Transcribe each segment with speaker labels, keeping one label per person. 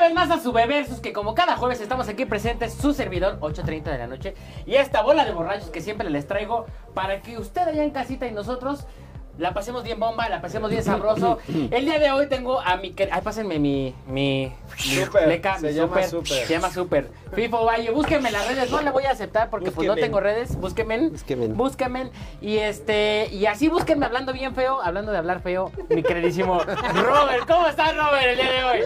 Speaker 1: vez más a su bebé, sus que como cada jueves estamos aquí presentes, su servidor, 8.30 de la noche, y esta bola de borrachos que siempre les traigo para que usted allá en casita y nosotros la pasemos bien bomba, la pasemos bien sabroso. El día de hoy tengo a mi... quer- Ay, pásenme mi... mi
Speaker 2: Súper,
Speaker 1: leca,
Speaker 2: se
Speaker 1: mi
Speaker 2: llama
Speaker 1: súper,
Speaker 2: súper.
Speaker 1: Se llama Super. FIFO Valle, búsquenme en las redes, no la voy a aceptar porque pues no
Speaker 2: Búsquenme.
Speaker 1: tengo redes, búsquenme.
Speaker 3: Búsquenme.
Speaker 1: Búsquenme. Y este, y así búsquenme hablando bien feo, hablando de hablar feo, mi queridísimo Robert. ¿Cómo estás, Robert, el día de hoy?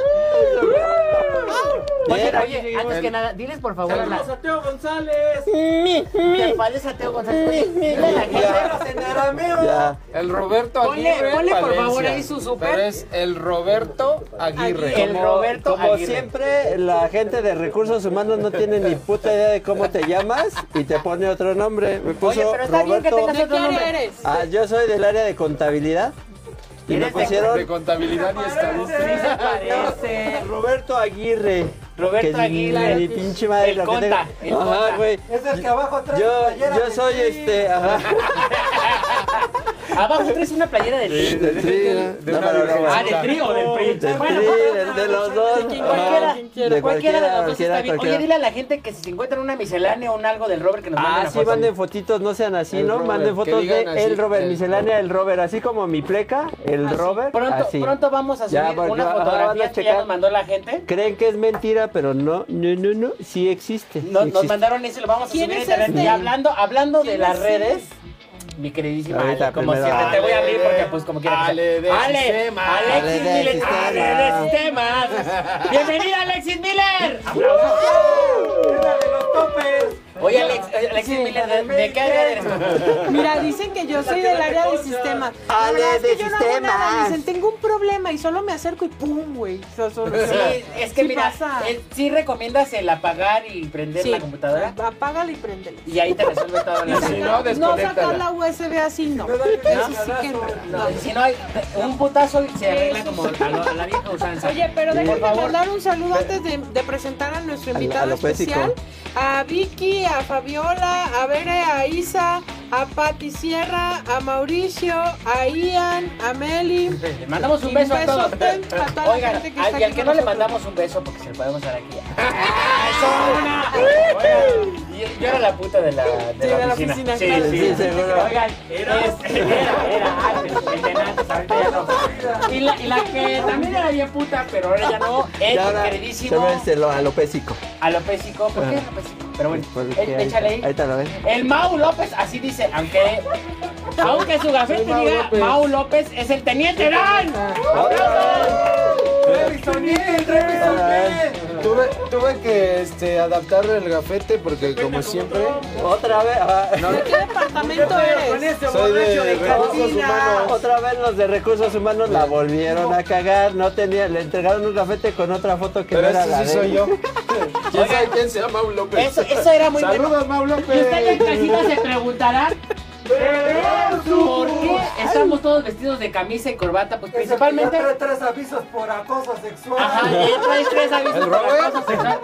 Speaker 1: Oye,
Speaker 3: Bien,
Speaker 1: oye,
Speaker 2: aquí
Speaker 1: antes
Speaker 2: el-
Speaker 1: que nada, diles por favor a la...
Speaker 4: Saludos a Teo González.
Speaker 1: ¿Te parece a Teo González? Oye, dile a la gente-
Speaker 4: Guerreros en arameo.
Speaker 3: Ya.
Speaker 2: El Roberto
Speaker 1: Ponle-
Speaker 2: Aguirre.
Speaker 1: ponle por
Speaker 2: Palencia.
Speaker 1: favor ahí su súper.
Speaker 2: Pero es el Roberto Aguirre.
Speaker 1: El Roberto
Speaker 3: Como
Speaker 1: Aguirre.
Speaker 3: siempre, la gente de recursos humanos no tiene ni puta idea de cómo te llamas y te pone otro nombre. Me puso
Speaker 1: Oye, pero está bien que
Speaker 3: Roberto-
Speaker 1: tengas otro nombre.
Speaker 3: Ah, yo soy del área de contabilidad y me
Speaker 1: Eres de-
Speaker 3: pusieron
Speaker 2: De contabilidad y
Speaker 1: Sí
Speaker 2: estadística.
Speaker 1: se parece.
Speaker 3: Roberto Aguirre.
Speaker 1: Roberto
Speaker 3: Que
Speaker 1: Aguilar.
Speaker 3: Mi pinche madre
Speaker 1: El
Speaker 3: lo que
Speaker 1: conta,
Speaker 3: tenga.
Speaker 1: el conta.
Speaker 3: Ajá, güey.
Speaker 4: Es el que abajo atrás.
Speaker 3: Yo, yo soy este, ajá.
Speaker 1: Abajo traes una playera del
Speaker 3: Del
Speaker 1: PRI.
Speaker 3: tri, ¿no?
Speaker 2: de
Speaker 3: No,
Speaker 2: una
Speaker 3: pero no,
Speaker 1: Ah,
Speaker 2: virgencita.
Speaker 1: del PRI o del PRI.
Speaker 3: Del
Speaker 1: Bueno, pues,
Speaker 3: tri,
Speaker 1: bueno,
Speaker 3: del- de los dos.
Speaker 1: de quien
Speaker 3: ajá.
Speaker 1: cualquiera, cualquiera de los
Speaker 3: De
Speaker 1: dos
Speaker 3: cualquiera,
Speaker 1: está bien.
Speaker 3: cualquiera.
Speaker 1: Oye, dile a la gente que si se encuentran una miscelánea o un algo del Robert que nos manden
Speaker 3: Ah,
Speaker 1: una
Speaker 3: sí,
Speaker 1: foto.
Speaker 3: manden fotitos, no sean así,
Speaker 2: El
Speaker 3: ¿no?
Speaker 2: Robert,
Speaker 3: manden
Speaker 2: que
Speaker 3: fotos de
Speaker 2: digan así,
Speaker 3: el Robert,
Speaker 2: el- Ah,
Speaker 3: miscelánea del Robert, así como mi pleca, el Robert.
Speaker 1: Pronto,
Speaker 3: así.
Speaker 1: pronto vamos a subir
Speaker 3: Ya, porque-
Speaker 1: una
Speaker 3: ajá, van
Speaker 1: fotografía
Speaker 3: a
Speaker 1: que ya
Speaker 3: checar.
Speaker 1: nos mandó la gente.
Speaker 3: Creen que es mentira, pero no, no, no, no, sí existe. sí
Speaker 1: No- nos
Speaker 3: existe.
Speaker 1: mandaron eso y lo vamos a subir
Speaker 5: ¿Quién
Speaker 1: en
Speaker 5: es
Speaker 1: internet.
Speaker 5: este?
Speaker 1: Y hablando, hablando de
Speaker 5: ¿Quién
Speaker 1: las
Speaker 5: es
Speaker 1: redes, mi queridísima Ale,
Speaker 3: Ahorita,
Speaker 1: como
Speaker 3: primero.
Speaker 1: siempre te voy a abrir
Speaker 2: Ale
Speaker 1: porque
Speaker 2: de-
Speaker 1: pues como quieras.
Speaker 2: Ale de
Speaker 1: Ale,
Speaker 2: sistemas.
Speaker 1: Alexis
Speaker 3: Ale de
Speaker 1: Miller,
Speaker 3: sistemas.
Speaker 1: Ale de sistemas. Bienvenida Alexis Miller.
Speaker 4: Una de los topes.
Speaker 1: Oye Alex, oye, Alexis Miller, ¿de, de qué área eres tú?
Speaker 5: Mira, dicen que yo soy del área de sistemas. La
Speaker 3: Ale,
Speaker 5: verdad es que
Speaker 3: Ah, de
Speaker 5: yo no hago nada,
Speaker 3: sistemas.
Speaker 5: Dicen, tengo un problema y solo me acerco y pum, güey. se soluciona.
Speaker 1: Sí, es que
Speaker 5: Sí
Speaker 1: mira,
Speaker 5: pasa.
Speaker 1: eh, sí recomiendas el apagar y prender
Speaker 5: Sí.
Speaker 1: la computadora
Speaker 5: Apágala y préndela.
Speaker 1: y ahí te resuelve todo.
Speaker 2: Y
Speaker 1: la
Speaker 2: si no,
Speaker 5: No sacar
Speaker 2: desconéctala.
Speaker 5: la USB así, no.
Speaker 4: No darle
Speaker 5: Eso
Speaker 4: un
Speaker 5: sí que no.
Speaker 4: chingadazo.
Speaker 1: No, y si no hay un putazo y se arregla como a, lo- a la vieja usanza.
Speaker 5: Oye, pero déjenme
Speaker 1: favor.
Speaker 5: mandar un saludo antes de, de presentar a nuestro
Speaker 3: Al-
Speaker 5: invitado
Speaker 3: alopécico.
Speaker 5: especial. A Vicky, a Fabiola, a Bere, a Isa, a Pati Sierra, a Mauricio, a Ian, a Meli.
Speaker 1: Le mandamos un
Speaker 5: Y
Speaker 1: beso, a
Speaker 5: beso
Speaker 1: todos.
Speaker 5: ten para toda la
Speaker 1: Oigan,
Speaker 5: gente que
Speaker 1: al-
Speaker 5: está
Speaker 1: y al
Speaker 5: aquí
Speaker 1: que
Speaker 5: con
Speaker 1: no le
Speaker 5: nosotros.
Speaker 1: mandamos un beso porque se lo podemos dar aquí. ¡Ah, ¡Eso! Oigan, y- yo era la puta de la, de
Speaker 5: Sí,
Speaker 1: la
Speaker 5: de la
Speaker 1: oficina.
Speaker 5: oficina,
Speaker 1: Sí,
Speaker 5: claro.
Speaker 1: sí,
Speaker 3: Sí, seguro.
Speaker 1: Oigan, este, era, era antes, el de antes, ahorita ya no. Y la, y la que también era bien puta, pero ahora ya no, es
Speaker 3: Y
Speaker 1: el
Speaker 3: ahora
Speaker 1: queridísimo
Speaker 3: Se ve lo alopésico.
Speaker 1: alopésico. ¿Por qué alopésico? Pero bueno,
Speaker 3: Pues, Porque
Speaker 1: eh,
Speaker 3: ahí,
Speaker 1: échale
Speaker 3: está, ahí
Speaker 1: ahí.
Speaker 3: está, lo ven.
Speaker 1: El Mau López, así dice, aunque aunque su gafete
Speaker 2: Mau
Speaker 1: diga
Speaker 2: López.
Speaker 1: Mau López, es el teniente Dan.
Speaker 4: Revison bien, Revison
Speaker 1: ¿eh?
Speaker 3: Ah,
Speaker 4: bien.
Speaker 2: Tuve, tuve que este, adaptar el gafete porque como siempre
Speaker 3: Otra vez, ah,
Speaker 5: ¿De qué departamento
Speaker 4: Con
Speaker 5: eres?
Speaker 4: ese
Speaker 2: Soy de
Speaker 4: borracho de
Speaker 2: recursos
Speaker 4: cantina.
Speaker 3: otra vez los de recursos humanos la volvieron a cagar, no tenía, le entregaron un gafete con otra foto que
Speaker 2: Pero
Speaker 3: no era
Speaker 2: este
Speaker 3: la
Speaker 2: sí
Speaker 3: de
Speaker 2: soy
Speaker 3: él.
Speaker 2: yo. ¿Quién sabe quién se llama López?
Speaker 1: Eso, eso era muy bueno.
Speaker 2: Saludos, Mau
Speaker 1: Y usted ya en
Speaker 2: López.
Speaker 1: casita se preguntará por qué estamos todos vestidos de camisa y corbata, pues principalmente.
Speaker 4: Trae tres avisos por acoso sexual.
Speaker 1: Ajá, ya traes tres avisos
Speaker 2: El
Speaker 1: para
Speaker 2: Robert.
Speaker 1: acoso sexual.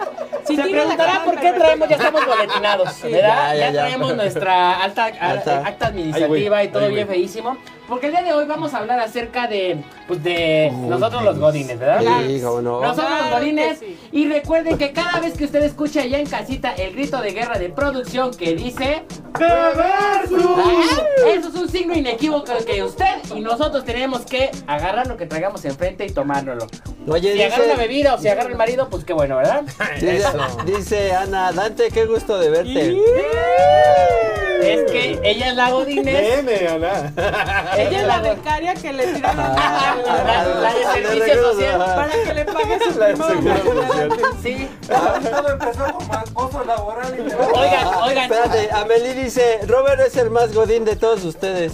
Speaker 5: Si
Speaker 1: se
Speaker 5: tiene
Speaker 1: preguntará
Speaker 5: la
Speaker 1: por qué traemos, ya estamos boletinados, ¿verdad? Ya,
Speaker 3: ya, ya, ya.
Speaker 1: traemos nuestra alta, a-
Speaker 3: Alta.
Speaker 1: acta administrativa
Speaker 2: Ay, güey,
Speaker 1: y todo
Speaker 2: ay,
Speaker 1: bien
Speaker 2: güey.
Speaker 1: feísimo. Porque el día de hoy vamos a hablar acerca de, pues, de nosotros los godines, ¿verdad?
Speaker 3: Sí, cómo no.
Speaker 1: Nosotros los
Speaker 5: Claro que
Speaker 1: Godines.
Speaker 5: sí.
Speaker 1: Y recuerden que cada vez que usted escuche allá en casita el grito de guerra de producción que dice. ¡Ah! Eso es un signo inequívoco que usted y nosotros tenemos que agarrar lo que traigamos enfrente y tomárnoslo.
Speaker 3: Oye,
Speaker 1: Si agarra
Speaker 3: dice-
Speaker 1: la bebida o si agarra el marido, pues qué bueno, ¿verdad?
Speaker 3: Dice, dice Ana, Dante, qué gusto de verte.
Speaker 1: Es que ella es la Godines.
Speaker 2: Nene, Ana.
Speaker 5: Ella es la becaria que le tiraron
Speaker 3: Ah,
Speaker 1: La- la de
Speaker 3: ah,
Speaker 1: servicio
Speaker 3: recursos,
Speaker 1: social.
Speaker 3: ah.
Speaker 5: para que le pague su
Speaker 3: La de
Speaker 5: prima.
Speaker 3: seguridad social.
Speaker 1: Sí.
Speaker 4: Todo empezó con acoso laboral y luego-
Speaker 1: Oigan,
Speaker 3: Ah,
Speaker 1: oigan.
Speaker 3: Espérate, Amelie dice, Robert es el más godín de todos ustedes.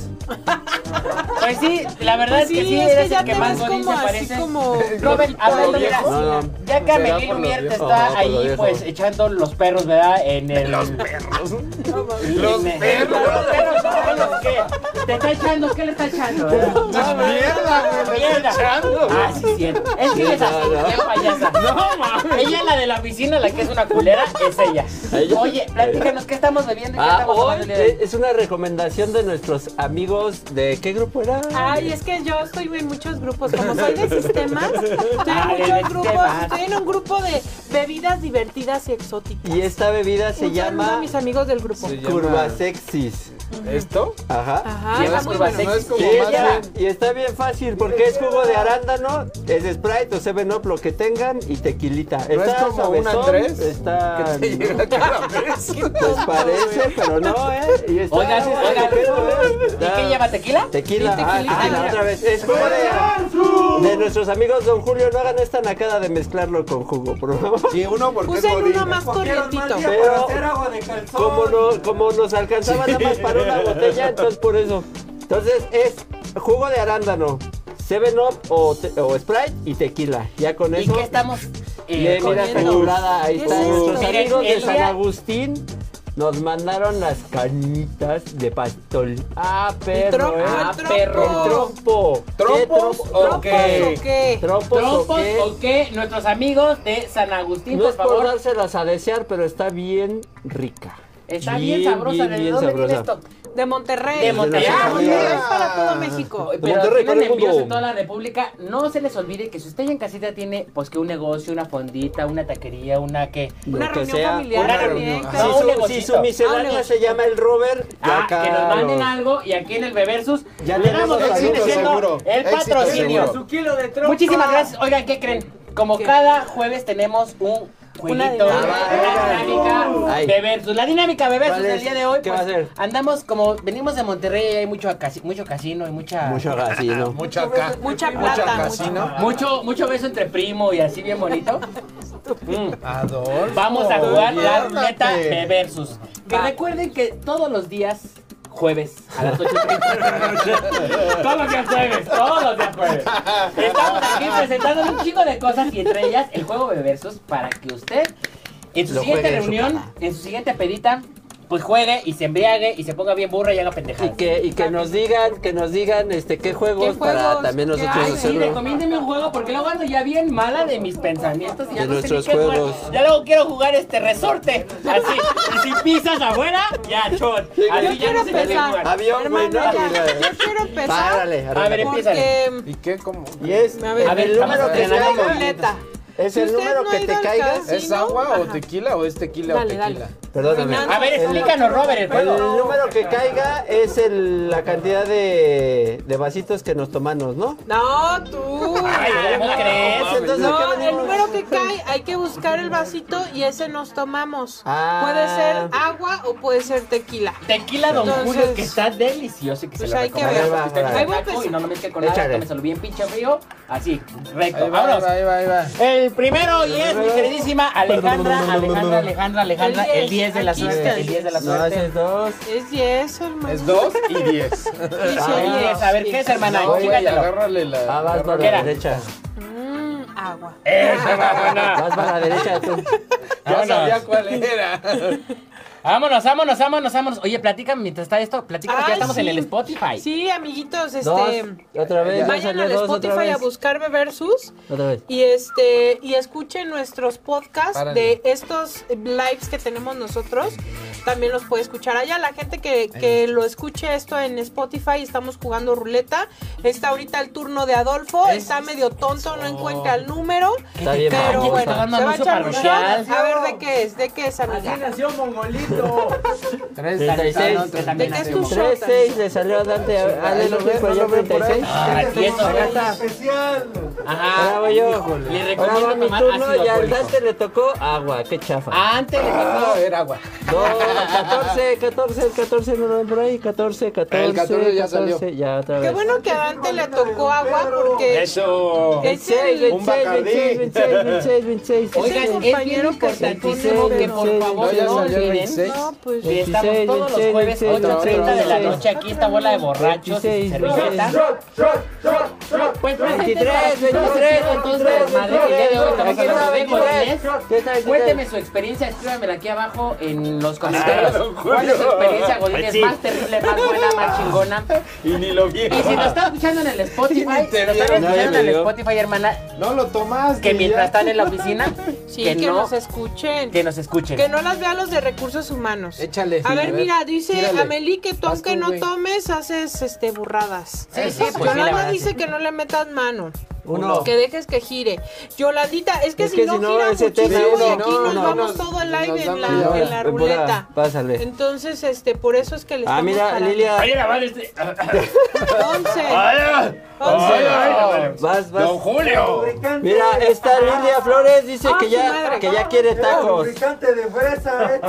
Speaker 1: Pues sí, la verdad
Speaker 5: Pues
Speaker 1: es que sí,
Speaker 5: es que
Speaker 1: eres
Speaker 5: ya
Speaker 1: el
Speaker 5: te
Speaker 1: que más
Speaker 5: ves
Speaker 1: Godín
Speaker 5: como
Speaker 1: se
Speaker 5: así
Speaker 1: parece.
Speaker 5: como...
Speaker 1: Robert,
Speaker 2: Por
Speaker 1: hablando
Speaker 2: lo
Speaker 1: ya,
Speaker 2: viejo.
Speaker 3: No, no.
Speaker 1: ya que
Speaker 2: Será
Speaker 1: Amelie
Speaker 2: por lo
Speaker 1: Lumier te
Speaker 2: viejo.
Speaker 1: está
Speaker 3: Ajá, por lo
Speaker 1: ahí
Speaker 3: viejo.
Speaker 1: pues echando los perros, ¿verdad? En el... Los
Speaker 2: perros.
Speaker 1: Los
Speaker 2: Los
Speaker 1: perros.
Speaker 2: perros.
Speaker 1: son los que- ¿Te está echando? ¿Qué le está echando? verdad?
Speaker 2: Mierda, güey, me
Speaker 1: Mierda.
Speaker 2: estoy echando.
Speaker 1: Ah, sí, cierto. Es que
Speaker 3: Sí,
Speaker 1: es así,
Speaker 3: no, no.
Speaker 1: bien payasa. No, mames. Ella es la de la oficina, la que es una culera, es ella.
Speaker 3: Ella.
Speaker 1: Oye, platícanos, ¿qué estamos bebiendo y qué
Speaker 3: Ah,
Speaker 1: estamos
Speaker 3: hoy
Speaker 1: tomando el día de hoy?
Speaker 3: es una recomendación de nuestros amigos grupos de qué grupo era?
Speaker 1: Ah,
Speaker 5: Ay, es que yo estoy en muchos grupos. Como soy de sistemas, estoy en
Speaker 1: Ah, de
Speaker 5: muchos grupos.
Speaker 1: sistemas.
Speaker 5: Estoy en un grupo de bebidas divertidas y exóticas.
Speaker 3: y esta bebida se
Speaker 5: un saludo a
Speaker 3: llama
Speaker 5: mis amigos del grupo.
Speaker 2: Se llama-
Speaker 3: Curva Sexis.
Speaker 2: ¿Esto?
Speaker 3: Ajá.
Speaker 5: Ajá,
Speaker 1: Llevas
Speaker 5: está muy
Speaker 1: curvas
Speaker 5: bueno.
Speaker 2: No es
Speaker 1: sexy.
Speaker 2: como
Speaker 3: Sí,
Speaker 2: más
Speaker 3: ya,
Speaker 2: bien-
Speaker 3: y está bien fácil porque es jugo de arándano, es Sprite o 7 Up lo que tengan y tequilita.
Speaker 2: ¿No es
Speaker 3: Está
Speaker 2: como un
Speaker 3: suavezón,
Speaker 2: Andrés?
Speaker 3: Está
Speaker 2: Que te llega cada vez.
Speaker 3: pues parece, pero no, eh. Y está
Speaker 1: Oigan,
Speaker 3: bueno,
Speaker 1: oigan.
Speaker 3: pero, eh,
Speaker 1: ¿Y qué lleva tequila?
Speaker 3: Tequila,
Speaker 5: Sí, tequila.
Speaker 3: ah, tequila,
Speaker 1: Ah,
Speaker 3: otra vez. Es jugo de, de nuestros amigos Don Julio. No hagan esta nacada de mezclarlo con jugo, por favor.
Speaker 2: Sí, uno porque
Speaker 5: Puse
Speaker 2: es
Speaker 5: en
Speaker 2: godín.
Speaker 5: uno más
Speaker 4: Cogieron mal
Speaker 5: corrientito.
Speaker 4: día
Speaker 3: Pero-
Speaker 4: para hacer agua de calzón.
Speaker 3: Como, no, como nos alcanzaba nada más para una botella, entonces por eso. Entonces es jugo de arándano, 7 Up o, te- o Sprite y tequila. Ya con
Speaker 1: ¿Y
Speaker 3: eso.
Speaker 1: qué estamos eh,
Speaker 3: Bien, mira,
Speaker 1: comiendo?
Speaker 3: saturada, ahí
Speaker 5: ¿Qué
Speaker 3: está.
Speaker 5: es
Speaker 3: Nuestros
Speaker 1: esto?
Speaker 3: amigos
Speaker 1: Miren,
Speaker 3: de
Speaker 1: el
Speaker 3: San
Speaker 1: día-
Speaker 3: Agustín nos mandaron las canitas de pastor. Ah, perro,
Speaker 5: trompo,
Speaker 3: eh.
Speaker 1: Ah,
Speaker 5: el
Speaker 1: perro.
Speaker 3: El
Speaker 5: trompo.
Speaker 3: trompo.
Speaker 2: ¿Trompos
Speaker 3: ¿Qué
Speaker 2: o
Speaker 5: ¿Trompos
Speaker 2: qué?
Speaker 5: o qué?
Speaker 3: ¿Trompos o
Speaker 1: ¿Trompos
Speaker 3: qué?
Speaker 1: o qué? Nuestros amigos de San Agustín,
Speaker 3: No
Speaker 1: por
Speaker 3: es por
Speaker 1: favor.
Speaker 3: dárselas a desear, pero está bien rica.
Speaker 1: Está bien, sabrosa.
Speaker 3: bien,
Speaker 1: ¿De
Speaker 3: bien
Speaker 1: dónde
Speaker 3: sabrosa.
Speaker 1: viene esto?
Speaker 5: De Monterrey.
Speaker 1: De Monterrey.
Speaker 5: Ah, Monterrey
Speaker 2: Ah.
Speaker 5: es para todo México.
Speaker 1: Pero
Speaker 3: Monterrey,
Speaker 1: tienen
Speaker 3: todo el
Speaker 1: envíos
Speaker 3: mundo.
Speaker 1: en toda la República. No se les olvide que si usted ya en casita tiene, pues que un negocio, una fondita, una taquería, una que.
Speaker 5: Una
Speaker 3: Lo que
Speaker 5: reunión
Speaker 3: sea,
Speaker 5: familiar.
Speaker 1: una
Speaker 5: también,
Speaker 1: reunión.
Speaker 5: claro.
Speaker 1: Ah,
Speaker 3: Si
Speaker 1: un
Speaker 3: su, si
Speaker 1: negocito.
Speaker 3: su miscelánea
Speaker 5: Ah, un
Speaker 3: se llama el Robert, ya
Speaker 1: Ah, que nos manden
Speaker 3: nos-
Speaker 1: algo y aquí en el Beversus
Speaker 3: Ya
Speaker 1: le damos lo que
Speaker 3: tenemos
Speaker 1: viene
Speaker 3: éxito
Speaker 1: siendo
Speaker 2: seguro,
Speaker 1: el
Speaker 2: éxito
Speaker 1: patrocinio.
Speaker 2: seguro.
Speaker 4: Su kilo de trompa.
Speaker 1: Muchísimas gracias. Oigan, ¿qué creen? Como
Speaker 5: ¿Qué?
Speaker 1: cada jueves tenemos un
Speaker 5: Una
Speaker 1: jueguito,
Speaker 5: dinámica.
Speaker 1: una dinámica
Speaker 3: Ah, Ay.
Speaker 1: Beversus. La dinámica Beversus
Speaker 3: ¿Cuál
Speaker 1: del
Speaker 3: es?
Speaker 1: día de hoy,
Speaker 3: ¿Qué
Speaker 1: pues,
Speaker 3: va a ser?
Speaker 1: andamos como venimos de Monterrey, hay mucho, casi- mucho casino y mucha...
Speaker 3: Mucho gasino.
Speaker 2: Mucha acá.
Speaker 5: Mucha
Speaker 2: Mucha
Speaker 5: plata.
Speaker 2: casino.
Speaker 5: mucha-
Speaker 1: Mucho, mucho beso entre primo y así bien bonito. Mm.
Speaker 2: Adolfo.
Speaker 1: Vamos a jugar la
Speaker 2: Cálmate.
Speaker 1: ruleta de versus. Que recuerden que todos los días jueves a las 8.30 de la noche. Todos los días jueves, todos los días jueves. Estamos aquí presentando un chico de cosas y entre ellas el juego de versus para que usted en su
Speaker 3: Lo
Speaker 1: siguiente
Speaker 3: juegue en su
Speaker 1: reunión,
Speaker 3: casa.
Speaker 1: en su siguiente pedita, pues juegue y se embriague y se ponga bien burra y haga
Speaker 3: Y
Speaker 1: pendejadas.
Speaker 3: que, y que nos digan, que nos digan este qué juegos,
Speaker 5: ¿Qué
Speaker 3: para
Speaker 5: juegos?
Speaker 3: también nosotros
Speaker 5: Ay,
Speaker 1: Ay, sí,
Speaker 3: hacerlo.
Speaker 1: recomiéndeme un juego porque luego ando ya bien mala de mis pensamientos y ya
Speaker 3: De
Speaker 1: no
Speaker 3: nuestros
Speaker 1: sé ni qué jugar.
Speaker 3: juegos.
Speaker 1: Ya luego quiero jugar este resorte. Así, y si pisas afuera, ya chot.
Speaker 5: Yo
Speaker 1: Así ya
Speaker 5: quiero
Speaker 1: no sé qué
Speaker 5: empezar.
Speaker 1: jugar.
Speaker 3: Avión, güey, ¿no?
Speaker 5: Hermano, ya, yo quiero empezar.
Speaker 3: Párale,
Speaker 1: A ver, empieza.
Speaker 5: Porque
Speaker 2: ¿Y qué? ¿Cómo?
Speaker 3: Y es
Speaker 5: A ver,
Speaker 1: A ver,
Speaker 3: el
Speaker 1: estamos
Speaker 3: número que
Speaker 1: entrenando.
Speaker 3: caiga.
Speaker 5: ruleta.
Speaker 3: Es
Speaker 5: Si
Speaker 3: el
Speaker 5: usted
Speaker 3: número
Speaker 5: no ha
Speaker 3: que
Speaker 5: ido
Speaker 3: te
Speaker 5: al
Speaker 3: caiga.
Speaker 5: casino,
Speaker 2: ¿Es agua o
Speaker 5: Ajá.
Speaker 2: tequila o es tequila
Speaker 5: Dale,
Speaker 2: o
Speaker 5: dale.
Speaker 2: tequila?
Speaker 3: Perdóname.
Speaker 5: Fernando.
Speaker 1: A ver, explícanos, Robert, el
Speaker 3: El
Speaker 1: juego.
Speaker 3: número que caiga es el- la cantidad de, de vasitos que nos tomamos, ¿no?
Speaker 5: No, tú.
Speaker 1: Ay, ¿cómo crees?
Speaker 3: Entonces, ¿a
Speaker 5: No,
Speaker 3: qué
Speaker 5: el
Speaker 3: venimos?
Speaker 5: número que cae, hay que buscar el vasito y ese nos tomamos.
Speaker 3: Ah.
Speaker 5: Puede ser agua o puede ser tequila.
Speaker 1: Tequila Don
Speaker 5: Entonces-
Speaker 1: Julio, que está delicioso y que
Speaker 5: Pues
Speaker 1: se lo
Speaker 5: hay que
Speaker 1: recomiendo.
Speaker 5: ver.
Speaker 1: Usted
Speaker 3: Ahí
Speaker 1: tiene
Speaker 5: va,
Speaker 1: taco
Speaker 5: pues.
Speaker 1: y no lo mezcle con nada,
Speaker 3: Échale.
Speaker 1: tómeselo bien pinche frío. Así, recto.
Speaker 2: Ahí va, ahí
Speaker 1: Vámonos. Eh.
Speaker 2: va, ahí va, ahí va.
Speaker 1: El primero y es mi queridísima Alejandra, Alejandra, Alejandra, Alejandra,
Speaker 5: El
Speaker 1: el 10 de la
Speaker 5: diez,
Speaker 1: suerte,
Speaker 5: aquí
Speaker 1: el 10 de la
Speaker 3: No,
Speaker 1: suerte.
Speaker 3: ese es dos.
Speaker 5: Es 10, hermano.
Speaker 2: Es 2 y 10.
Speaker 5: Sí, sí,
Speaker 1: Ay,
Speaker 5: es.
Speaker 1: Ah, es, a ver, ¿qué es, hermana?
Speaker 2: No, güey,
Speaker 1: Chícatelo.
Speaker 2: agárrale la.
Speaker 3: Ah, vas para
Speaker 1: Era.
Speaker 3: la derecha.
Speaker 5: Mm, agua.
Speaker 1: Esa, mamona.
Speaker 3: Vas para la derecha tú.
Speaker 1: Este,
Speaker 2: Ya sabía
Speaker 1: Vámonos.
Speaker 2: cuál era.
Speaker 1: Vámonos, vámonos, vámonos, vámonos. Oye, platícame mientras está esto, platícame que
Speaker 5: Ay,
Speaker 1: ya estamos en
Speaker 5: sí.
Speaker 1: el Spotify. Ah,
Speaker 5: Sí, amiguitos,
Speaker 3: Dos.
Speaker 5: este.
Speaker 3: Otra vez. ya
Speaker 5: Vayan
Speaker 3: salió
Speaker 5: al
Speaker 3: dos, otra
Speaker 5: Spotify
Speaker 3: vez.
Speaker 5: a buscar Beversus
Speaker 3: Otra vez.
Speaker 5: y este y escuchen nuestros podcasts
Speaker 2: Párale.
Speaker 5: de estos lives que tenemos nosotros. También los puede escuchar allá. La gente que, que lo escuche esto en Spotify, estamos jugando ruleta. Está ahorita el turno de Adolfo, está medio tonto, no encuentra el número.
Speaker 3: Está bien,
Speaker 5: Pero
Speaker 3: vamos,
Speaker 5: bueno,
Speaker 3: está.
Speaker 5: se va a echar un shot.
Speaker 1: parroquial.
Speaker 5: A ver de qué es, de qué es,
Speaker 4: Así
Speaker 5: amiga.
Speaker 4: nació Mongolito.
Speaker 2: 3,
Speaker 1: Treinta y seis, que también
Speaker 5: ¿De qué es tu
Speaker 1: hacemos.
Speaker 5: shot?
Speaker 3: 3-6 le salió a Dante a Ale
Speaker 2: lo
Speaker 3: López
Speaker 2: ves, no
Speaker 3: por allá
Speaker 2: lo ven por
Speaker 3: 36.
Speaker 2: ahí.
Speaker 1: Ah, y eso,
Speaker 4: Este es
Speaker 1: gata.
Speaker 4: especial.
Speaker 3: Ahora
Speaker 1: Ajá.
Speaker 3: voy yo.
Speaker 1: Ah, Le
Speaker 3: Ahora
Speaker 1: recomiendo
Speaker 3: va mi
Speaker 1: tomar
Speaker 3: turno
Speaker 1: ácido Ah.
Speaker 3: y al
Speaker 1: alcohólico.
Speaker 3: Dante le tocó agua. Qué chafa.
Speaker 1: Antes le
Speaker 6: Ah,
Speaker 1: tocó-
Speaker 2: era agua.
Speaker 3: No, 14, 14, el 14 no lo ven por ahí. 14, 14.
Speaker 2: El 14 ya salió.
Speaker 3: Ya otra vez.
Speaker 5: Qué bueno que a Dante le tocó agua porque es
Speaker 2: Eso.
Speaker 5: el-
Speaker 3: 26,
Speaker 2: Un
Speaker 3: 26,
Speaker 2: Bacardí.
Speaker 3: 26, 26, 26, 26.
Speaker 1: Oigan, es bien
Speaker 5: compañero que se
Speaker 1: importantísimo que por
Speaker 3: Sí,
Speaker 1: favor
Speaker 2: No, ya
Speaker 1: no
Speaker 2: salió el
Speaker 1: olviden
Speaker 2: 26.
Speaker 5: No, pues.
Speaker 1: que estamos
Speaker 3: 26,
Speaker 1: todos los
Speaker 3: 26,
Speaker 1: jueves
Speaker 3: 26,
Speaker 1: 8.30 de la
Speaker 3: 26.
Speaker 1: noche aquí esta bola de borrachos y
Speaker 3: 26,
Speaker 1: servilleta.
Speaker 4: Shot, shot, shot.
Speaker 1: Pues
Speaker 3: 23, 23, 23,
Speaker 1: Madre, el día de hoy estamos hablando de
Speaker 3: 23.
Speaker 1: godines.
Speaker 3: ¿Qué tal, qué tal?
Speaker 1: Cuénteme su experiencia, escríbamela aquí abajo en
Speaker 2: Ah,
Speaker 1: los comentarios. ¿Cuál es su experiencia,
Speaker 2: Pues
Speaker 1: Godines?
Speaker 6: Sí.
Speaker 1: Más terrible, más buena, más chingona.
Speaker 6: Y ni lo vi.
Speaker 1: Y si nos están escuchando en el Spotify, si nos están
Speaker 2: vieron.
Speaker 3: Nadie
Speaker 1: escuchando
Speaker 3: me
Speaker 1: en el
Speaker 3: vio.
Speaker 1: Spotify, hermana,
Speaker 2: No lo tomaste.
Speaker 1: que mientras
Speaker 2: ya.
Speaker 1: están en la oficina,
Speaker 5: Sí,
Speaker 1: que,
Speaker 5: que,
Speaker 1: no,
Speaker 5: nos escuchen.
Speaker 1: que nos escuchen.
Speaker 5: Que no las vean los de recursos humanos.
Speaker 2: Échale.
Speaker 5: A ver, mira, dice
Speaker 2: Tírale.
Speaker 5: Amelie que tú
Speaker 2: Vas
Speaker 5: aunque
Speaker 2: tú,
Speaker 5: no
Speaker 2: güey.
Speaker 5: tomes, haces este burradas.
Speaker 1: Sí, sí, pues sí, la
Speaker 5: Yolanda
Speaker 1: verdad,
Speaker 5: dice
Speaker 1: sí.
Speaker 5: que no le metas mano.
Speaker 3: Uno.
Speaker 5: Que dejes que gire. Yolandita, es que
Speaker 3: Es
Speaker 5: si
Speaker 3: que
Speaker 5: no
Speaker 3: si no,
Speaker 5: gira
Speaker 3: ese tema,
Speaker 5: muchísimo y
Speaker 3: uno,
Speaker 5: aquí
Speaker 3: no,
Speaker 5: nos
Speaker 3: no,
Speaker 5: vamos
Speaker 2: no,
Speaker 5: todo el
Speaker 2: nos
Speaker 5: aire en la,
Speaker 2: damos
Speaker 3: Ahora,
Speaker 5: en la
Speaker 3: ven por acá,
Speaker 5: ruleta.
Speaker 3: Pásale.
Speaker 5: Entonces, este, por eso es que le
Speaker 3: Ah,
Speaker 5: estamos
Speaker 3: mira,
Speaker 5: parando.
Speaker 3: Lilia.
Speaker 6: Oye, la madre este.
Speaker 5: Once.
Speaker 6: ¡Ay,
Speaker 5: Once.
Speaker 3: Vas, vas.
Speaker 6: don Julio!
Speaker 3: Mira, esta Lilia Flores dice
Speaker 5: Ah,
Speaker 3: que
Speaker 5: su
Speaker 3: ya,
Speaker 5: madre.
Speaker 3: que ya quiere tacos.
Speaker 4: lubricante de fresa, eh.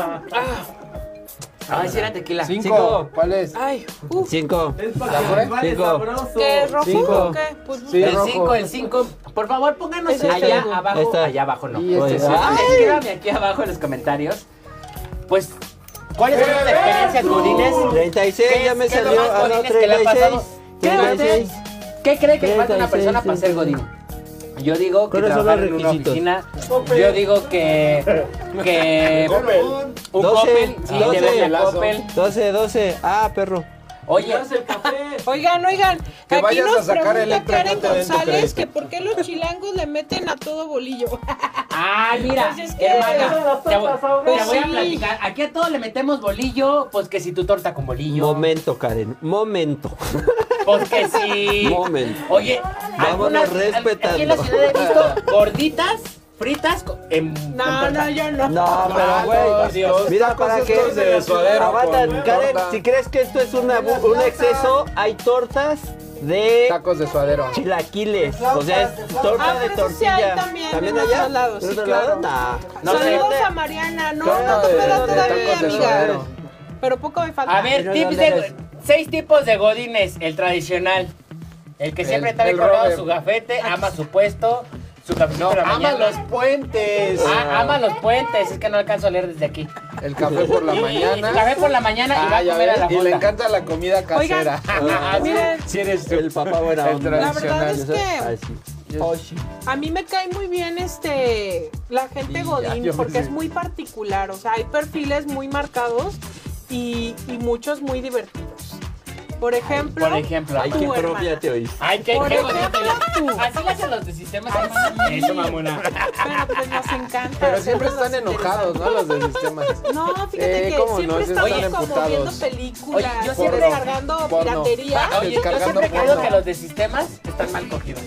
Speaker 1: Ay, si Ah, era tequila.
Speaker 2: Cinco.
Speaker 3: Cinco.
Speaker 2: ¿Cuál es?
Speaker 5: Ay, uf.
Speaker 3: Cinco.
Speaker 4: Es
Speaker 2: ¿La
Speaker 4: para
Speaker 2: fue?
Speaker 4: que vale
Speaker 3: Cinco.
Speaker 4: sabroso.
Speaker 5: ¿Qué es rojo
Speaker 3: Cinco.
Speaker 5: o qué? Pues,
Speaker 2: Sí.
Speaker 1: El
Speaker 2: rojo.
Speaker 1: 5, el 5. Por favor, pónganos
Speaker 5: Ese
Speaker 1: allá
Speaker 5: tengo.
Speaker 1: abajo.
Speaker 3: Esta.
Speaker 1: Allá abajo no.
Speaker 2: Y este
Speaker 3: Oye,
Speaker 2: sí.
Speaker 3: ay.
Speaker 1: Escríbame aquí abajo en los comentarios. Pues, ¿cuáles son sus experiencias, Godines?
Speaker 3: 36, ya me
Speaker 1: es lo
Speaker 3: salió.
Speaker 1: más
Speaker 3: Ah, no,
Speaker 1: godines que le ha
Speaker 3: 36.
Speaker 1: pasado? ¿Qué, cree-
Speaker 3: 36.
Speaker 1: ¿Qué cree que le falta a una
Speaker 3: 36,
Speaker 1: persona para ser
Speaker 3: 36.
Speaker 1: Godín? Yo digo que
Speaker 3: ¿Cuáles son
Speaker 1: trabajar
Speaker 3: los
Speaker 1: en una
Speaker 3: requisitos?
Speaker 1: oficina. Yo digo que. que. un
Speaker 3: Doce,
Speaker 1: Coppel. Sí,
Speaker 3: doce.
Speaker 1: debe ser Coppel.
Speaker 3: 12, 12. Ah, perro.
Speaker 1: Oye,
Speaker 5: Oigan, oigan,
Speaker 2: Que
Speaker 5: aquí
Speaker 2: vayas
Speaker 5: nos
Speaker 2: a sacar el
Speaker 5: pregunta Karen
Speaker 2: impregnante de tu crédito.
Speaker 5: González que por qué los chilangos le meten a todo bolillo.
Speaker 1: Ah, mira,
Speaker 5: Pues es que eso
Speaker 1: hermana, te, voy- te voy
Speaker 5: Sí.
Speaker 1: a platicar. Aquí a todos le metemos bolillo, pues que si tu torta con bolillo,
Speaker 3: Momento, Karen. Momento.
Speaker 1: pues que si...
Speaker 3: Momento.
Speaker 1: Oye, algunas,
Speaker 3: respetando.
Speaker 1: aquí en la ciudad he visto gorditas fritas con- en...
Speaker 5: No, no, yo no.
Speaker 3: No,
Speaker 2: Ah,
Speaker 3: pero
Speaker 2: por
Speaker 3: güey.
Speaker 2: Dios.
Speaker 3: Mira,
Speaker 2: Tacos
Speaker 3: para que.
Speaker 2: estos de suadero
Speaker 3: Aguanta,
Speaker 2: con
Speaker 3: Karen,
Speaker 2: torta.
Speaker 3: si crees que esto es una bu- un exceso, hay tortas de
Speaker 2: Tacos de suadero.
Speaker 3: chilaquiles. O sea, es
Speaker 5: Ah,
Speaker 3: torta de
Speaker 5: pero eso sí hay
Speaker 3: tortilla.
Speaker 5: también, en otros lados,
Speaker 3: ¿En
Speaker 5: sí,
Speaker 3: otro
Speaker 5: claro.
Speaker 3: lado?
Speaker 1: No
Speaker 3: No.
Speaker 1: sé.
Speaker 5: Saludos
Speaker 3: ¿dónde?
Speaker 5: a Mariana. No,
Speaker 2: Claro,
Speaker 5: no te
Speaker 2: de-
Speaker 5: queda
Speaker 2: de
Speaker 5: todavía,
Speaker 2: tacos de
Speaker 5: amiga.
Speaker 2: suadero.
Speaker 5: Pero poco me falta.
Speaker 1: A ver,
Speaker 3: Pero
Speaker 1: tips
Speaker 3: ¿dónde
Speaker 1: de...
Speaker 3: eres?
Speaker 1: Seis tipos de godines, el tradicional, el que
Speaker 2: El-
Speaker 1: siempre está bien
Speaker 2: el
Speaker 1: colgado
Speaker 2: Robert.
Speaker 1: su gafete, ama su puesto, su cafecito
Speaker 2: No,
Speaker 1: de la
Speaker 2: ama
Speaker 1: mañana.
Speaker 2: los puentes.
Speaker 1: Ah, ama los puentes, es que no alcanzo a leer desde aquí.
Speaker 2: El café por la
Speaker 1: Su
Speaker 2: mañana.
Speaker 1: café por la mañana y va
Speaker 2: Ah,
Speaker 1: a
Speaker 2: ya
Speaker 1: comer a
Speaker 2: ves.
Speaker 1: la
Speaker 2: Y le
Speaker 1: fonda.
Speaker 2: encanta la comida casera.
Speaker 5: Miren,
Speaker 3: Si eres el papá buena
Speaker 2: El
Speaker 3: onda.
Speaker 5: la verdad es que
Speaker 3: Así.
Speaker 5: a mí me cae muy bien este la gente
Speaker 2: Y ya,
Speaker 5: godín
Speaker 2: yo
Speaker 5: porque
Speaker 2: sí.
Speaker 5: es muy particular, o sea, hay perfiles muy marcados y, y muchos muy divertidos. Por ejemplo,
Speaker 1: Por ejemplo.
Speaker 3: Ay,
Speaker 5: Tu
Speaker 3: qué
Speaker 5: hermana.
Speaker 3: propia te oíste.
Speaker 1: Ay, qué,
Speaker 5: Por
Speaker 1: qué
Speaker 5: ejemplo,
Speaker 1: bonito. Así le hacen los de sistemas. hermano. Eso, mamona.
Speaker 5: pero pues nos encanta.
Speaker 2: Pero
Speaker 5: o sea,
Speaker 2: siempre
Speaker 5: no nos
Speaker 2: están enojados, ¿no? Los del sistema.
Speaker 5: No, fíjate
Speaker 2: Eh,
Speaker 5: que
Speaker 2: ¿cómo no?
Speaker 5: siempre
Speaker 2: Sí están
Speaker 5: estamos como
Speaker 2: emputados.
Speaker 5: viendo películas,
Speaker 1: Oye, yo
Speaker 5: siempre
Speaker 2: siempre-
Speaker 5: cargando
Speaker 2: porno. Ah,
Speaker 5: piratería.
Speaker 1: Oye, yo
Speaker 2: Descargando
Speaker 1: siempre creo
Speaker 2: porno.
Speaker 1: que los de sistemas están mal cogidos.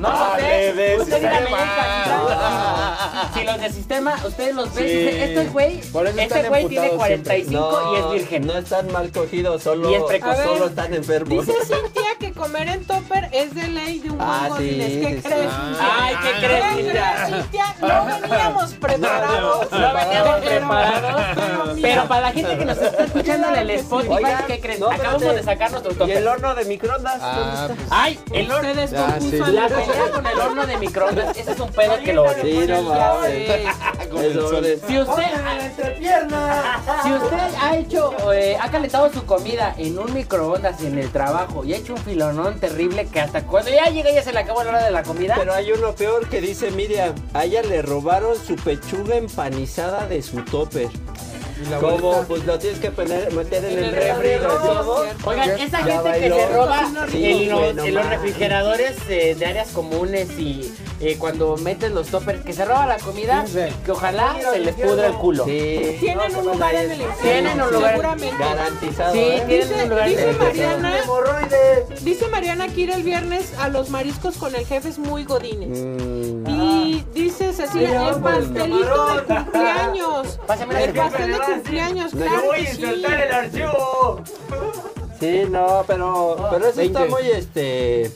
Speaker 1: No,
Speaker 6: Vale, de
Speaker 1: usted, usted dígame,
Speaker 6: sistemas.
Speaker 1: hija, si los de sistema, ustedes los ven,
Speaker 2: Sí.
Speaker 1: dice, este güey,
Speaker 2: Por eso
Speaker 1: este
Speaker 2: están
Speaker 1: güey tiene
Speaker 2: emputados
Speaker 1: 45 y es virgen.
Speaker 3: No están mal cogidos, solo,
Speaker 1: Y es precoz.
Speaker 5: A
Speaker 3: solo
Speaker 5: ver,
Speaker 3: están enfermos.
Speaker 5: Dice Cintia que comer en topper es de ley de un buen
Speaker 3: Ah, sí,
Speaker 5: godines. ¿Qué
Speaker 3: sí, sí.
Speaker 5: crees,
Speaker 2: Ah.
Speaker 5: Cintia?
Speaker 1: Ay, ¿qué crees,
Speaker 5: ¿Qué
Speaker 1: Cintia?
Speaker 5: crees, Cintia? No veníamos preparados.
Speaker 1: No Ah. veníamos
Speaker 5: Pero-
Speaker 1: preparados.
Speaker 5: pero mira,
Speaker 1: Pero para la gente que nos está escuchando en el Spotify,
Speaker 3: Oigan,
Speaker 1: ¿qué creen?
Speaker 3: no,
Speaker 1: Acabamos
Speaker 3: espérate.
Speaker 1: de sacar nuestro
Speaker 3: Y el
Speaker 1: tope.
Speaker 3: horno de microondas,
Speaker 2: Ah,
Speaker 3: ¿dónde está?
Speaker 2: pues,
Speaker 1: Ay, el horno.
Speaker 5: Ustedes
Speaker 2: Ah,
Speaker 5: confusan
Speaker 2: sí.
Speaker 1: La
Speaker 5: la
Speaker 1: pelea con el horno de microondas, ese es un pedo que lo odio.
Speaker 3: Sí, no mames.
Speaker 2: con
Speaker 3: El
Speaker 2: el sol.
Speaker 3: horno.
Speaker 1: Si usted,
Speaker 4: Pónganla en la entrepierna.
Speaker 1: si usted ha hecho, eh, ha calentado su comida en un microondas en el trabajo y ha hecho un filonón terrible que hasta cuando ya llega ya se le acabó la hora de la comida.
Speaker 3: Pero hay uno peor que dice Miriam, a ella le robaron su pechuga empanizada de su topper.
Speaker 2: Y la
Speaker 3: Como
Speaker 2: vuelta.
Speaker 3: pues lo tienes que poner, meter en
Speaker 5: En
Speaker 3: el
Speaker 5: el
Speaker 3: refri y todo.
Speaker 5: refrigerador.
Speaker 1: Oigan,
Speaker 2: Ya-
Speaker 1: esa
Speaker 3: ya
Speaker 1: gente que
Speaker 3: bailó.
Speaker 1: se roba
Speaker 3: Sí,
Speaker 1: en los,
Speaker 3: bueno,
Speaker 1: en los
Speaker 3: man.
Speaker 1: refrigeradores eh, de áreas comunes y eh, cuando meten los toppers, que se roba la comida,
Speaker 2: Sí.
Speaker 1: que ojalá se les pudra el culo.
Speaker 3: Sí.
Speaker 5: Tienen un lugar en el infierno.
Speaker 1: Tienen un lugar.
Speaker 5: Seguramente.
Speaker 3: Garantizado.
Speaker 1: Sí,
Speaker 3: ¿eh?
Speaker 1: tiene- Tienen un lugar
Speaker 5: Dice,
Speaker 1: en
Speaker 5: dice
Speaker 1: el
Speaker 5: Mariana,
Speaker 4: Hemorroides.
Speaker 5: dice Mariana que ir el viernes a los mariscos con el jefe es muy godines.
Speaker 3: Mm.
Speaker 5: Y dice Cecilia, el pastelito de cumpleaños.
Speaker 1: Pásame la
Speaker 5: El
Speaker 1: cerveza.
Speaker 5: pastel de cumpleaños,
Speaker 3: No, yo
Speaker 5: claro
Speaker 4: Voy a
Speaker 5: que sí.
Speaker 4: insertar el archivo.
Speaker 3: Sí, no, pero, pero eso está
Speaker 2: 20.
Speaker 3: muy este.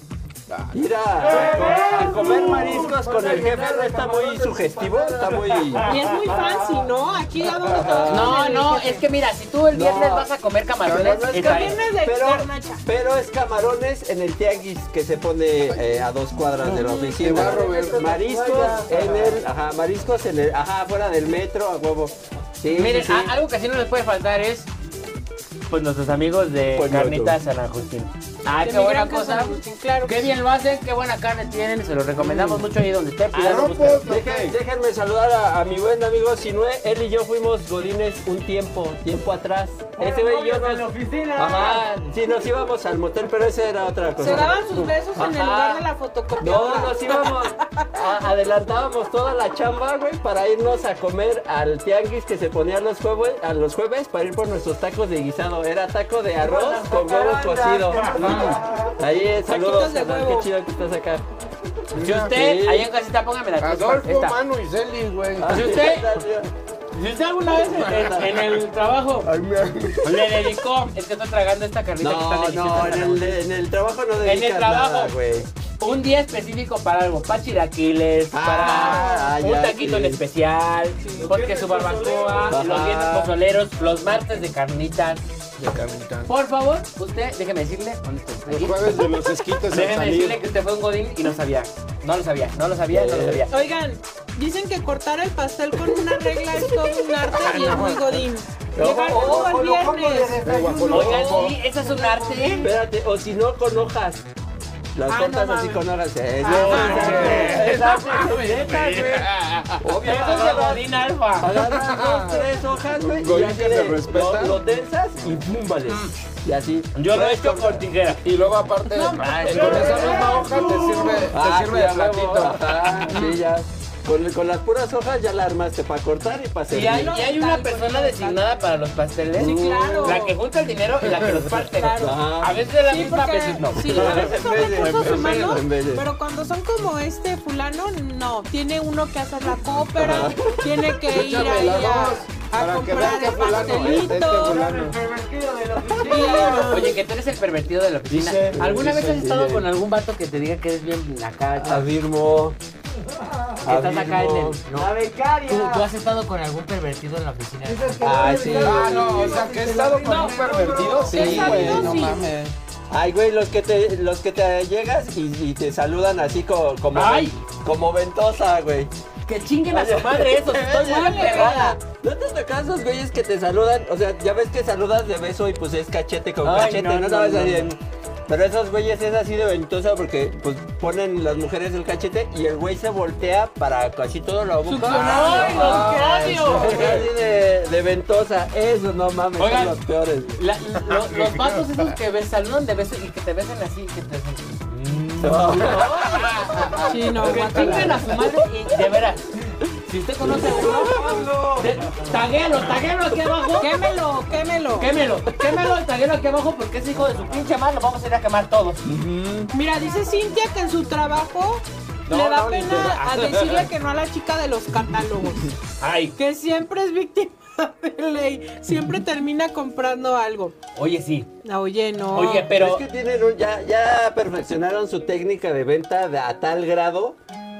Speaker 3: Ir a, a comer mariscos con el jefe no está muy sugestivo, está muy.
Speaker 5: Y es muy fancy, ¿no? Aquí ya donde todos
Speaker 1: No,
Speaker 5: comen el
Speaker 1: no,
Speaker 5: jefe.
Speaker 1: es que mira, si tú el viernes
Speaker 3: No.
Speaker 1: vas a comer camarones,
Speaker 3: Pero no es
Speaker 1: está bien.
Speaker 5: También es de
Speaker 3: Pero,
Speaker 5: garnacha.
Speaker 3: pero es camarones en el tianguis que se pone eh, a dos cuadras de la
Speaker 2: Te va
Speaker 3: oficina.
Speaker 2: a robar.
Speaker 3: Mariscos en el, ajá, mariscos en el, ajá, fuera del metro a huevo. Sí,
Speaker 1: Miren,
Speaker 3: sí, sí.
Speaker 1: a- algo que sí no les puede faltar es pues nuestros amigos de
Speaker 3: Pues no,
Speaker 1: Carnitas San Agustín. Ah,
Speaker 5: De
Speaker 1: qué
Speaker 5: mi
Speaker 1: buena
Speaker 5: gran casa
Speaker 1: cosa.
Speaker 5: San Agustín, claro.
Speaker 1: Qué bien lo hacen, qué buena carne tienen, se los
Speaker 3: Mm.
Speaker 1: recomendamos mucho ahí donde esté. pues, cuidado,
Speaker 2: Arropo,
Speaker 1: busca.
Speaker 3: Dejen- déjenme saludar a, a mi buen amigo Sinue. Él y yo fuimos godines un tiempo, tiempo atrás. Ese Este güey y yo
Speaker 4: en la
Speaker 3: nos...
Speaker 4: oficina.
Speaker 3: Ajá, sí, nos íbamos al motel, pero esa era otra cosa.
Speaker 5: Se daban sus besos en el
Speaker 3: Ajá.
Speaker 5: lugar de la fotocopiadora.
Speaker 3: No, nos íbamos, a- adelantábamos toda la chamba, güey, para irnos a comer al tianguis que se ponía los jueves, a los jueves para ir por nuestros tacos de guisado. Era taco de arroz
Speaker 4: las
Speaker 3: con huevo
Speaker 4: paparandas.
Speaker 3: cocido. Mm. Ahí, eh, saludos,
Speaker 5: Taquitos de
Speaker 3: carnal,
Speaker 5: huevo.
Speaker 3: qué chido que estás acá.
Speaker 1: Si usted,
Speaker 3: pues, Sí.
Speaker 1: allá en casita, póngame la tres,
Speaker 2: Adolfo,
Speaker 1: esta.
Speaker 2: Manu y Celis, güey.
Speaker 1: ¿Y usted? Si usted alguna vez en, en el trabajo
Speaker 2: Ay, me-
Speaker 1: le dedicó, es que estoy tragando esta carnita que está
Speaker 3: No,
Speaker 1: deliciosa.
Speaker 3: no, en el, en el trabajo no
Speaker 1: el
Speaker 3: dedicas
Speaker 1: trabajo.
Speaker 3: nada, güey.
Speaker 1: Un día específico para algo, para chilaquiles, para
Speaker 3: Ah,
Speaker 1: un
Speaker 3: ya,
Speaker 1: taquito
Speaker 3: sí.
Speaker 1: en especial, porque su barbacoa,
Speaker 3: pozoleros.
Speaker 1: los
Speaker 3: Ajá.
Speaker 1: viernes pozoleros, los martes de carnitas.
Speaker 2: De carnita.
Speaker 1: Por favor, usted, déjeme decirle, ¿dónde está?
Speaker 2: Los
Speaker 1: Aquí.
Speaker 2: jueves de los esquites al
Speaker 1: Déjeme decirle
Speaker 2: salir.
Speaker 1: que usted fue un godín y no sabía, no lo sabía, no lo sabía, no lo sabía.
Speaker 5: Oigan, dicen que cortar el pastel con una regla es todo un arte y es muy godín. Llevar
Speaker 4: Ojo,
Speaker 5: todo
Speaker 4: ojo,
Speaker 5: el
Speaker 4: lo como de
Speaker 5: viernes.
Speaker 4: desayuno.
Speaker 1: Oigan, sí, eso es un arte.
Speaker 3: Espérate, o si no, con hojas. Las
Speaker 5: Ah,
Speaker 3: cortas
Speaker 5: no
Speaker 3: así
Speaker 5: mames.
Speaker 3: con hojas. eh,
Speaker 1: Obvio, eso es de godín alfa.
Speaker 3: Agarras dos, tres hojas, güey. y
Speaker 2: Godín
Speaker 3: así
Speaker 2: que se
Speaker 3: de-
Speaker 2: respeta.
Speaker 3: Lo, lo tensas y pum, vale. Y así.
Speaker 1: Yo lo he
Speaker 3: Puedes
Speaker 1: hecho
Speaker 3: cortar.
Speaker 1: con tijera.
Speaker 2: Y luego aparte,
Speaker 5: No,
Speaker 2: con
Speaker 1: mames.
Speaker 2: esa misma hoja te sirve,
Speaker 3: Ah,
Speaker 2: te sirve
Speaker 3: sí,
Speaker 2: de
Speaker 3: a huevo.
Speaker 2: platito.
Speaker 3: Ajá, sí, ya. Con, con las puras hojas ya la armaste para cortar y para servir.
Speaker 1: Y hay, y hay una
Speaker 5: Tal,
Speaker 1: persona
Speaker 5: tal,
Speaker 1: designada para los pasteles.
Speaker 5: Sí, claro.
Speaker 1: La que junta el dinero y la que los parte.
Speaker 5: Claro.
Speaker 1: A veces es la
Speaker 5: Sí,
Speaker 1: misma, a
Speaker 5: porque
Speaker 1: veces no.
Speaker 5: sí, a veces son recursos
Speaker 3: en vez de-
Speaker 5: humanos,
Speaker 3: en vez de-
Speaker 5: pero cuando son como este fulano, no. Tiene uno que hacer la cópera, tiene que ir
Speaker 2: Échame
Speaker 5: ahí
Speaker 2: la
Speaker 5: a,
Speaker 2: dos,
Speaker 5: a
Speaker 2: para que veas
Speaker 5: comprar
Speaker 2: que
Speaker 5: el
Speaker 2: fulano, este fulano.
Speaker 5: pastelito.
Speaker 4: El pervertido de la
Speaker 5: Y,
Speaker 4: oficina.
Speaker 5: ah,
Speaker 1: Oye, que tú eres el pervertido de la oficina.
Speaker 2: Dice-
Speaker 1: ¿Alguna
Speaker 2: dice
Speaker 1: vez has
Speaker 2: el
Speaker 1: estado
Speaker 2: DJ.
Speaker 1: con algún vato que te diga que eres bien acá?
Speaker 3: Ah.
Speaker 1: que
Speaker 3: Afirmo.
Speaker 1: estás acá en el.
Speaker 4: La
Speaker 1: No.
Speaker 4: becaria.
Speaker 1: ¿Tú, tú has estado con algún pervertido en la oficina?
Speaker 4: Esas que
Speaker 3: Ah,
Speaker 4: no
Speaker 3: sí.
Speaker 4: le
Speaker 2: Ah,
Speaker 4: dan
Speaker 2: no, o sea,
Speaker 4: amigos
Speaker 2: que he
Speaker 4: y se
Speaker 2: estado
Speaker 4: la
Speaker 2: con un
Speaker 4: brindan,
Speaker 2: pervertido,
Speaker 4: bro.
Speaker 2: sí, güey, no
Speaker 5: sí.
Speaker 2: mames.
Speaker 3: Ay, güey, los que te, los que te llegas y, y te saludan así co- como,
Speaker 1: Ay.
Speaker 3: como ventosa, güey.
Speaker 1: Que chinguen a su madre eso, si estoy muy emperrada.
Speaker 3: ¿No te tocas esos güeyes que te saludan? O sea, ya ves que saludas de beso y pues es cachete con
Speaker 1: Ay,
Speaker 3: cachete,
Speaker 1: no,
Speaker 3: ¿no?
Speaker 1: no,
Speaker 3: Nada más
Speaker 1: no,
Speaker 3: así de-
Speaker 1: no.
Speaker 3: Pero esos güeyes es así de ventosa porque pues ponen las mujeres el cachete y el güey se voltea para casi todo lo busca.
Speaker 1: ¡Ay,
Speaker 3: Ah,
Speaker 1: los
Speaker 3: Es
Speaker 1: odio!
Speaker 3: así de, de ventosa, eso no mames,
Speaker 1: Oigan.
Speaker 3: son los peores.
Speaker 1: La- lo- los vatos esos que ves, saludan de beso y que te besan así, que te besan.
Speaker 5: sí, no,
Speaker 1: Que
Speaker 5: guácala.
Speaker 1: chingan a su madre y de veras. Si usted conoce a uno, de- taguéalo, taguéalo aquí abajo.
Speaker 5: Quémelo, quémelo.
Speaker 1: Quémelo, quémelo el taguero aquí abajo porque ese hijo de su pinche madre lo vamos a ir a quemar todos.
Speaker 5: Mira, dice Cintia que en su trabajo le da pena a decirle que no a la chica de los catálogos.
Speaker 1: Ay,
Speaker 5: Que siempre es víctima de ley. Siempre termina comprando algo.
Speaker 1: oye, sí.
Speaker 5: No, Ah, Oye, no.
Speaker 1: Oye, pero.
Speaker 3: Es que tienen un- ya, ya perfeccionaron su técnica de venta de- a tal grado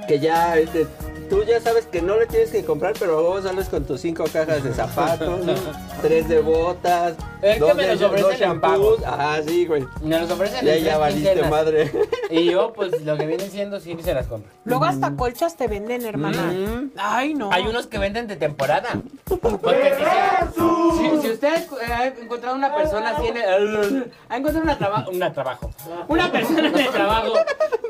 Speaker 3: que ya este, tú ya sabes que no le tienes que comprar, pero vos sales con tus cinco cajas de zapatos, ¿no? tres de botas,
Speaker 1: Es que me los
Speaker 3: dos
Speaker 1: ofrecen en
Speaker 3: shampoos. Ah, sí, güey.
Speaker 1: Nos los ofrecen
Speaker 3: Ya,
Speaker 1: en
Speaker 3: ya
Speaker 1: tres
Speaker 3: valiste
Speaker 1: quincenas.
Speaker 3: madre.
Speaker 1: Y yo, pues lo que viene siendo, sí se las compro.
Speaker 5: Luego hasta colchas te venden, hermana. Ay, no.
Speaker 1: Mm. Hay unos que venden de temporada. Porque si, si- si usted eh, ha encontrado una persona así en el- Ha encontrado una, traba- una trabajo. Una persona de trabajo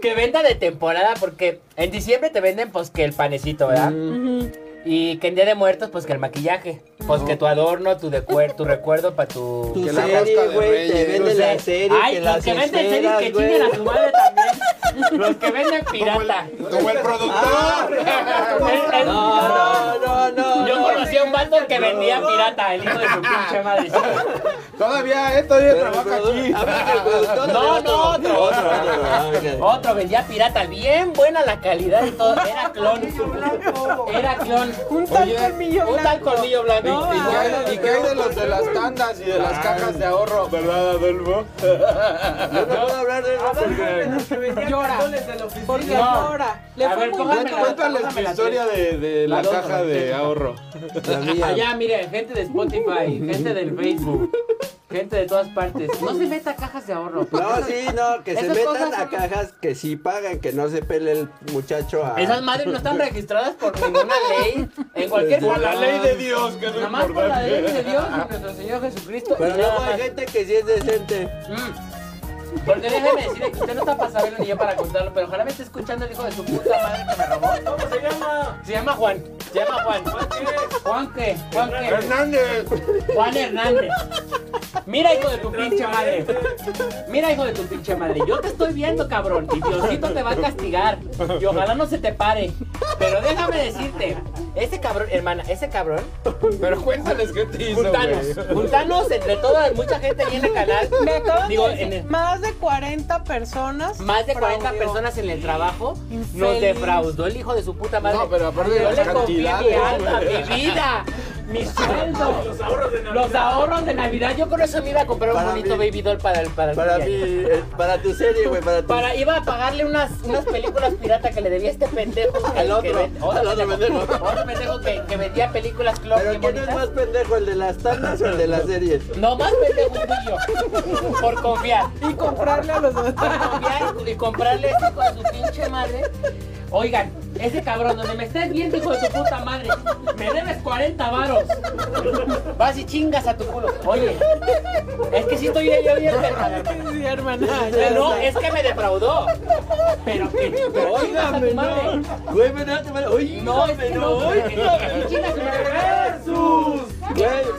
Speaker 1: que venda de temporada porque en diciembre te venden pues que el panecito, ¿verdad?
Speaker 5: Ujú.
Speaker 1: Y que en Día de Muertos pues que el maquillaje. Pues que tu adorno, tu, decuer- tu recuerdo para tu...
Speaker 3: Tu
Speaker 2: Que la
Speaker 3: serie,
Speaker 2: rosca de
Speaker 3: güey, te
Speaker 2: Reyes.
Speaker 3: venden la serie,
Speaker 1: Ay,
Speaker 3: que
Speaker 1: los
Speaker 3: las
Speaker 1: que venden series
Speaker 3: esferas,
Speaker 1: que
Speaker 3: güey.
Speaker 1: chinguen a su madre también. Los que venden pirata.
Speaker 2: Como el productor.
Speaker 1: Ah. El- el-
Speaker 3: No, no, no, no.
Speaker 1: Yo
Speaker 3: no.
Speaker 1: conocí a un vato que vendía pirata, el hijo de su pinche madre.
Speaker 2: Todavía, eh, todavía
Speaker 3: Pero el
Speaker 2: trabaja
Speaker 3: produ-
Speaker 2: aquí.
Speaker 3: Ah, pero el productor
Speaker 1: No,
Speaker 3: era
Speaker 1: no, otro.
Speaker 3: otro, otro, ah, ok.
Speaker 1: Otro vendía pirata, bien buena la calidad y todo. Era clon.
Speaker 4: Blanco.
Speaker 1: Era clon.
Speaker 5: Un tal
Speaker 2: Oye,
Speaker 5: colmillo
Speaker 1: Un tal
Speaker 5: blanco.
Speaker 1: colmillo blanco.
Speaker 5: No,
Speaker 2: ¿Y qué,
Speaker 5: ah,
Speaker 2: hay, y qué hay de los de las tandas y de las cajas de ahorro? ¿Verdad, Adolfo?
Speaker 3: Yo no puedo hablar de eso porque-
Speaker 5: Llora. Porque ahora le
Speaker 1: A
Speaker 5: fue
Speaker 1: ver,
Speaker 5: muy
Speaker 1: póngame
Speaker 5: mal.
Speaker 1: la- este
Speaker 2: Cuéntales tu historia de, de la
Speaker 1: Las dos,
Speaker 2: caja
Speaker 1: las
Speaker 2: de
Speaker 1: tres.
Speaker 2: ahorro.
Speaker 3: La mía.
Speaker 1: Allá, mire, gente de Spotify, gente del Facebook. Gente de todas partes. No se meta a cajas de ahorro.
Speaker 3: No, sí, no, que se
Speaker 1: Esas
Speaker 3: metan
Speaker 1: cosas
Speaker 3: a
Speaker 1: son-
Speaker 3: cajas que sí pagan, que no se pele el muchacho a...
Speaker 1: Esas madres no están registradas por ninguna ley. En cualquier
Speaker 3: Por
Speaker 1: forma.
Speaker 6: La ley de Dios, que es lo
Speaker 1: Nada más por la ley de
Speaker 6: importante.
Speaker 1: Dios y nuestro Señor Jesucristo. y
Speaker 3: Pero
Speaker 1: nada
Speaker 3: luego hay
Speaker 1: más.
Speaker 3: gente que sí es decente.
Speaker 1: Mm. Porque déjeme decirle que usted no está para saberlo ni yo para contarlo, pero ojalá me esté escuchando el hijo de su puta madre que me robó.
Speaker 6: ¿Cómo se llama?
Speaker 1: Se llama Juan. Se llama Juan. Juan qué? Juan qué?
Speaker 6: Hernández.
Speaker 1: Juan Hernández. Mira, hijo de tu pinche madre. Mira, hijo de tu pinche madre. Yo te estoy viendo, cabrón. Y Diosito te va a castigar. Y ojalá no se te pare. Pero déjame decirte. Ese cabrón, hermana, ese cabrón.
Speaker 6: Pero cuéntales qué te hizo,
Speaker 1: Juntanos.
Speaker 6: güey.
Speaker 1: Juntanos entre toda mucha gente ahí en el canal.
Speaker 5: Me acaban
Speaker 1: Digo,
Speaker 5: de decir,
Speaker 1: en el-
Speaker 5: más de 40 personas.
Speaker 1: Más de 40
Speaker 5: fraudeó.
Speaker 1: personas en el trabajo nos
Speaker 5: Infeliz.
Speaker 1: defraudó el hijo de su puta madre.
Speaker 2: No, pero aparte de
Speaker 1: Yo
Speaker 2: las
Speaker 1: le confié mi
Speaker 2: cantidades,
Speaker 1: alma, mi vida, mi sueldo, los ahorros de Navidad. Yo con eso me iba a comprar un
Speaker 3: Para
Speaker 1: bonito
Speaker 3: mí-
Speaker 1: baby doll para el para el
Speaker 3: Para mi,
Speaker 1: cumpleaños.
Speaker 3: eh, para tu serie, güey, para tu...
Speaker 1: Para- iba a pagarle unas, unas películas pirata que le debía este pendejo. que-
Speaker 3: Al otro,
Speaker 1: que ven-
Speaker 3: al otro pendejo.
Speaker 1: Otro pendejo que, que vendía películas clon
Speaker 3: Pero
Speaker 1: bien
Speaker 3: ¿quién es
Speaker 1: bonitas.
Speaker 3: más pendejo, el de las tandas o el de las series?
Speaker 1: No más pendejo fui yo. Por confiar.
Speaker 5: Y comprarle a los demás.
Speaker 1: confiar y comprarle esto con su pinche madre. Oigan, ese cabrón, donde me estés viendo, hijo de tu puta madre, me debes 40 varos. Vas y chingas a tu culo. Oye, es que sí estoy yo bien pendejo.
Speaker 5: Sí, hermana. ya
Speaker 1: Pero no,
Speaker 5: sé.
Speaker 1: es que me defraudó. Pero que pero chingas a tu madre.
Speaker 3: Güey, ven, date, ven, oye,
Speaker 1: No, es que no, güey.
Speaker 3: güey.
Speaker 1: Y chingas a tu madre.
Speaker 3: Güey,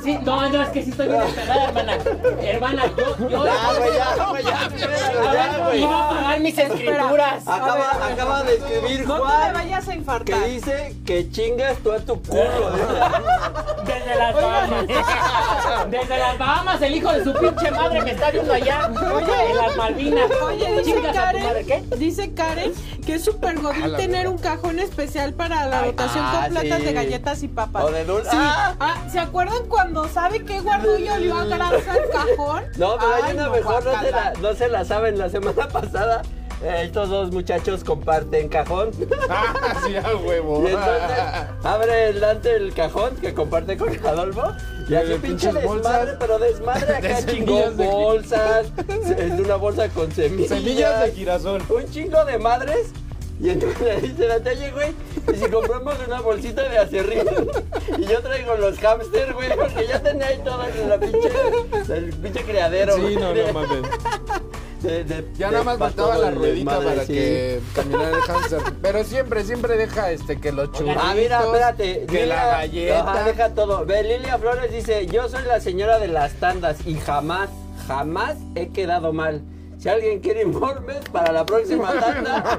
Speaker 1: Sí, no, no, es que sí estoy bien esperada, hermana. Hermana, yo, yo.
Speaker 3: Ya, güey, ya, güey, ya, güey, ya, güey.
Speaker 1: Iba a pagar mis escrituras.
Speaker 3: Acaba,
Speaker 5: A ver, a ver,
Speaker 3: acaba de escribir
Speaker 5: No te me
Speaker 3: Juan
Speaker 5: vayas a
Speaker 3: que
Speaker 5: infartar.
Speaker 3: dice que chingas tú a tu culo. ¿eh?
Speaker 1: Desde las Bahamas. Desde las Bahamas, el hijo de su pinche madre me está viendo allá. en las Malvinas.
Speaker 5: Oye, dice
Speaker 1: Chingas a tu madre,
Speaker 5: Karen,
Speaker 1: ¿qué?
Speaker 5: dice Karen que es súper godín tener un cajón especial para la rotación
Speaker 3: ah,
Speaker 5: con platas
Speaker 3: sí.
Speaker 5: de galletas y papas.
Speaker 3: O de dulce.
Speaker 5: Sí.
Speaker 3: Ah.
Speaker 5: Ah, ¿Se acuerdan cuando sabe qué guardullo le va a agarrar al cajón?
Speaker 3: No, pero
Speaker 5: Ay,
Speaker 3: hay una
Speaker 5: no,
Speaker 3: mejor, no se, la,
Speaker 5: guácala.
Speaker 3: no se la saben. La semana pasada, eh, estos dos muchachos comparten cajón.
Speaker 6: Ah, sí, a huevo.
Speaker 3: Y entonces abre delante el cajón que comparte con Adolfo. Y así
Speaker 6: de
Speaker 3: pinche
Speaker 6: pinches
Speaker 3: desmadre,
Speaker 6: bolsas.
Speaker 3: pero desmadre acá
Speaker 6: De
Speaker 3: chingó
Speaker 6: semillas de-
Speaker 3: bolsas. se- En una bolsa con semillas.
Speaker 6: Semillas de girasol.
Speaker 3: un chingo de madres. Y entonces le dice la tele, güey, y si compramos una bolsita de acerrín, y yo traigo los hamsters, güey, porque ya tenía ahí todo en la pinche, el pinche criadero,
Speaker 6: Sí,
Speaker 3: güey,
Speaker 6: no,
Speaker 3: de-
Speaker 6: no mames.
Speaker 3: de- de-
Speaker 6: Ya
Speaker 3: de-
Speaker 6: nada más
Speaker 3: pa'
Speaker 6: faltaba
Speaker 3: todo
Speaker 6: la
Speaker 3: el
Speaker 6: ruedita
Speaker 3: desmadre,
Speaker 6: para
Speaker 3: sí.
Speaker 6: que caminara el hamster. Pero siempre, siempre deja este que los churritos.
Speaker 3: Ah, mira, espérate.
Speaker 6: Que la
Speaker 3: mira,
Speaker 6: galleta.
Speaker 3: ajá, deja todo. Ve, Lilia Flores dice, yo soy la señora de las tandas y jamás, jamás he quedado mal. Si alguien quiere informes para la próxima tanda,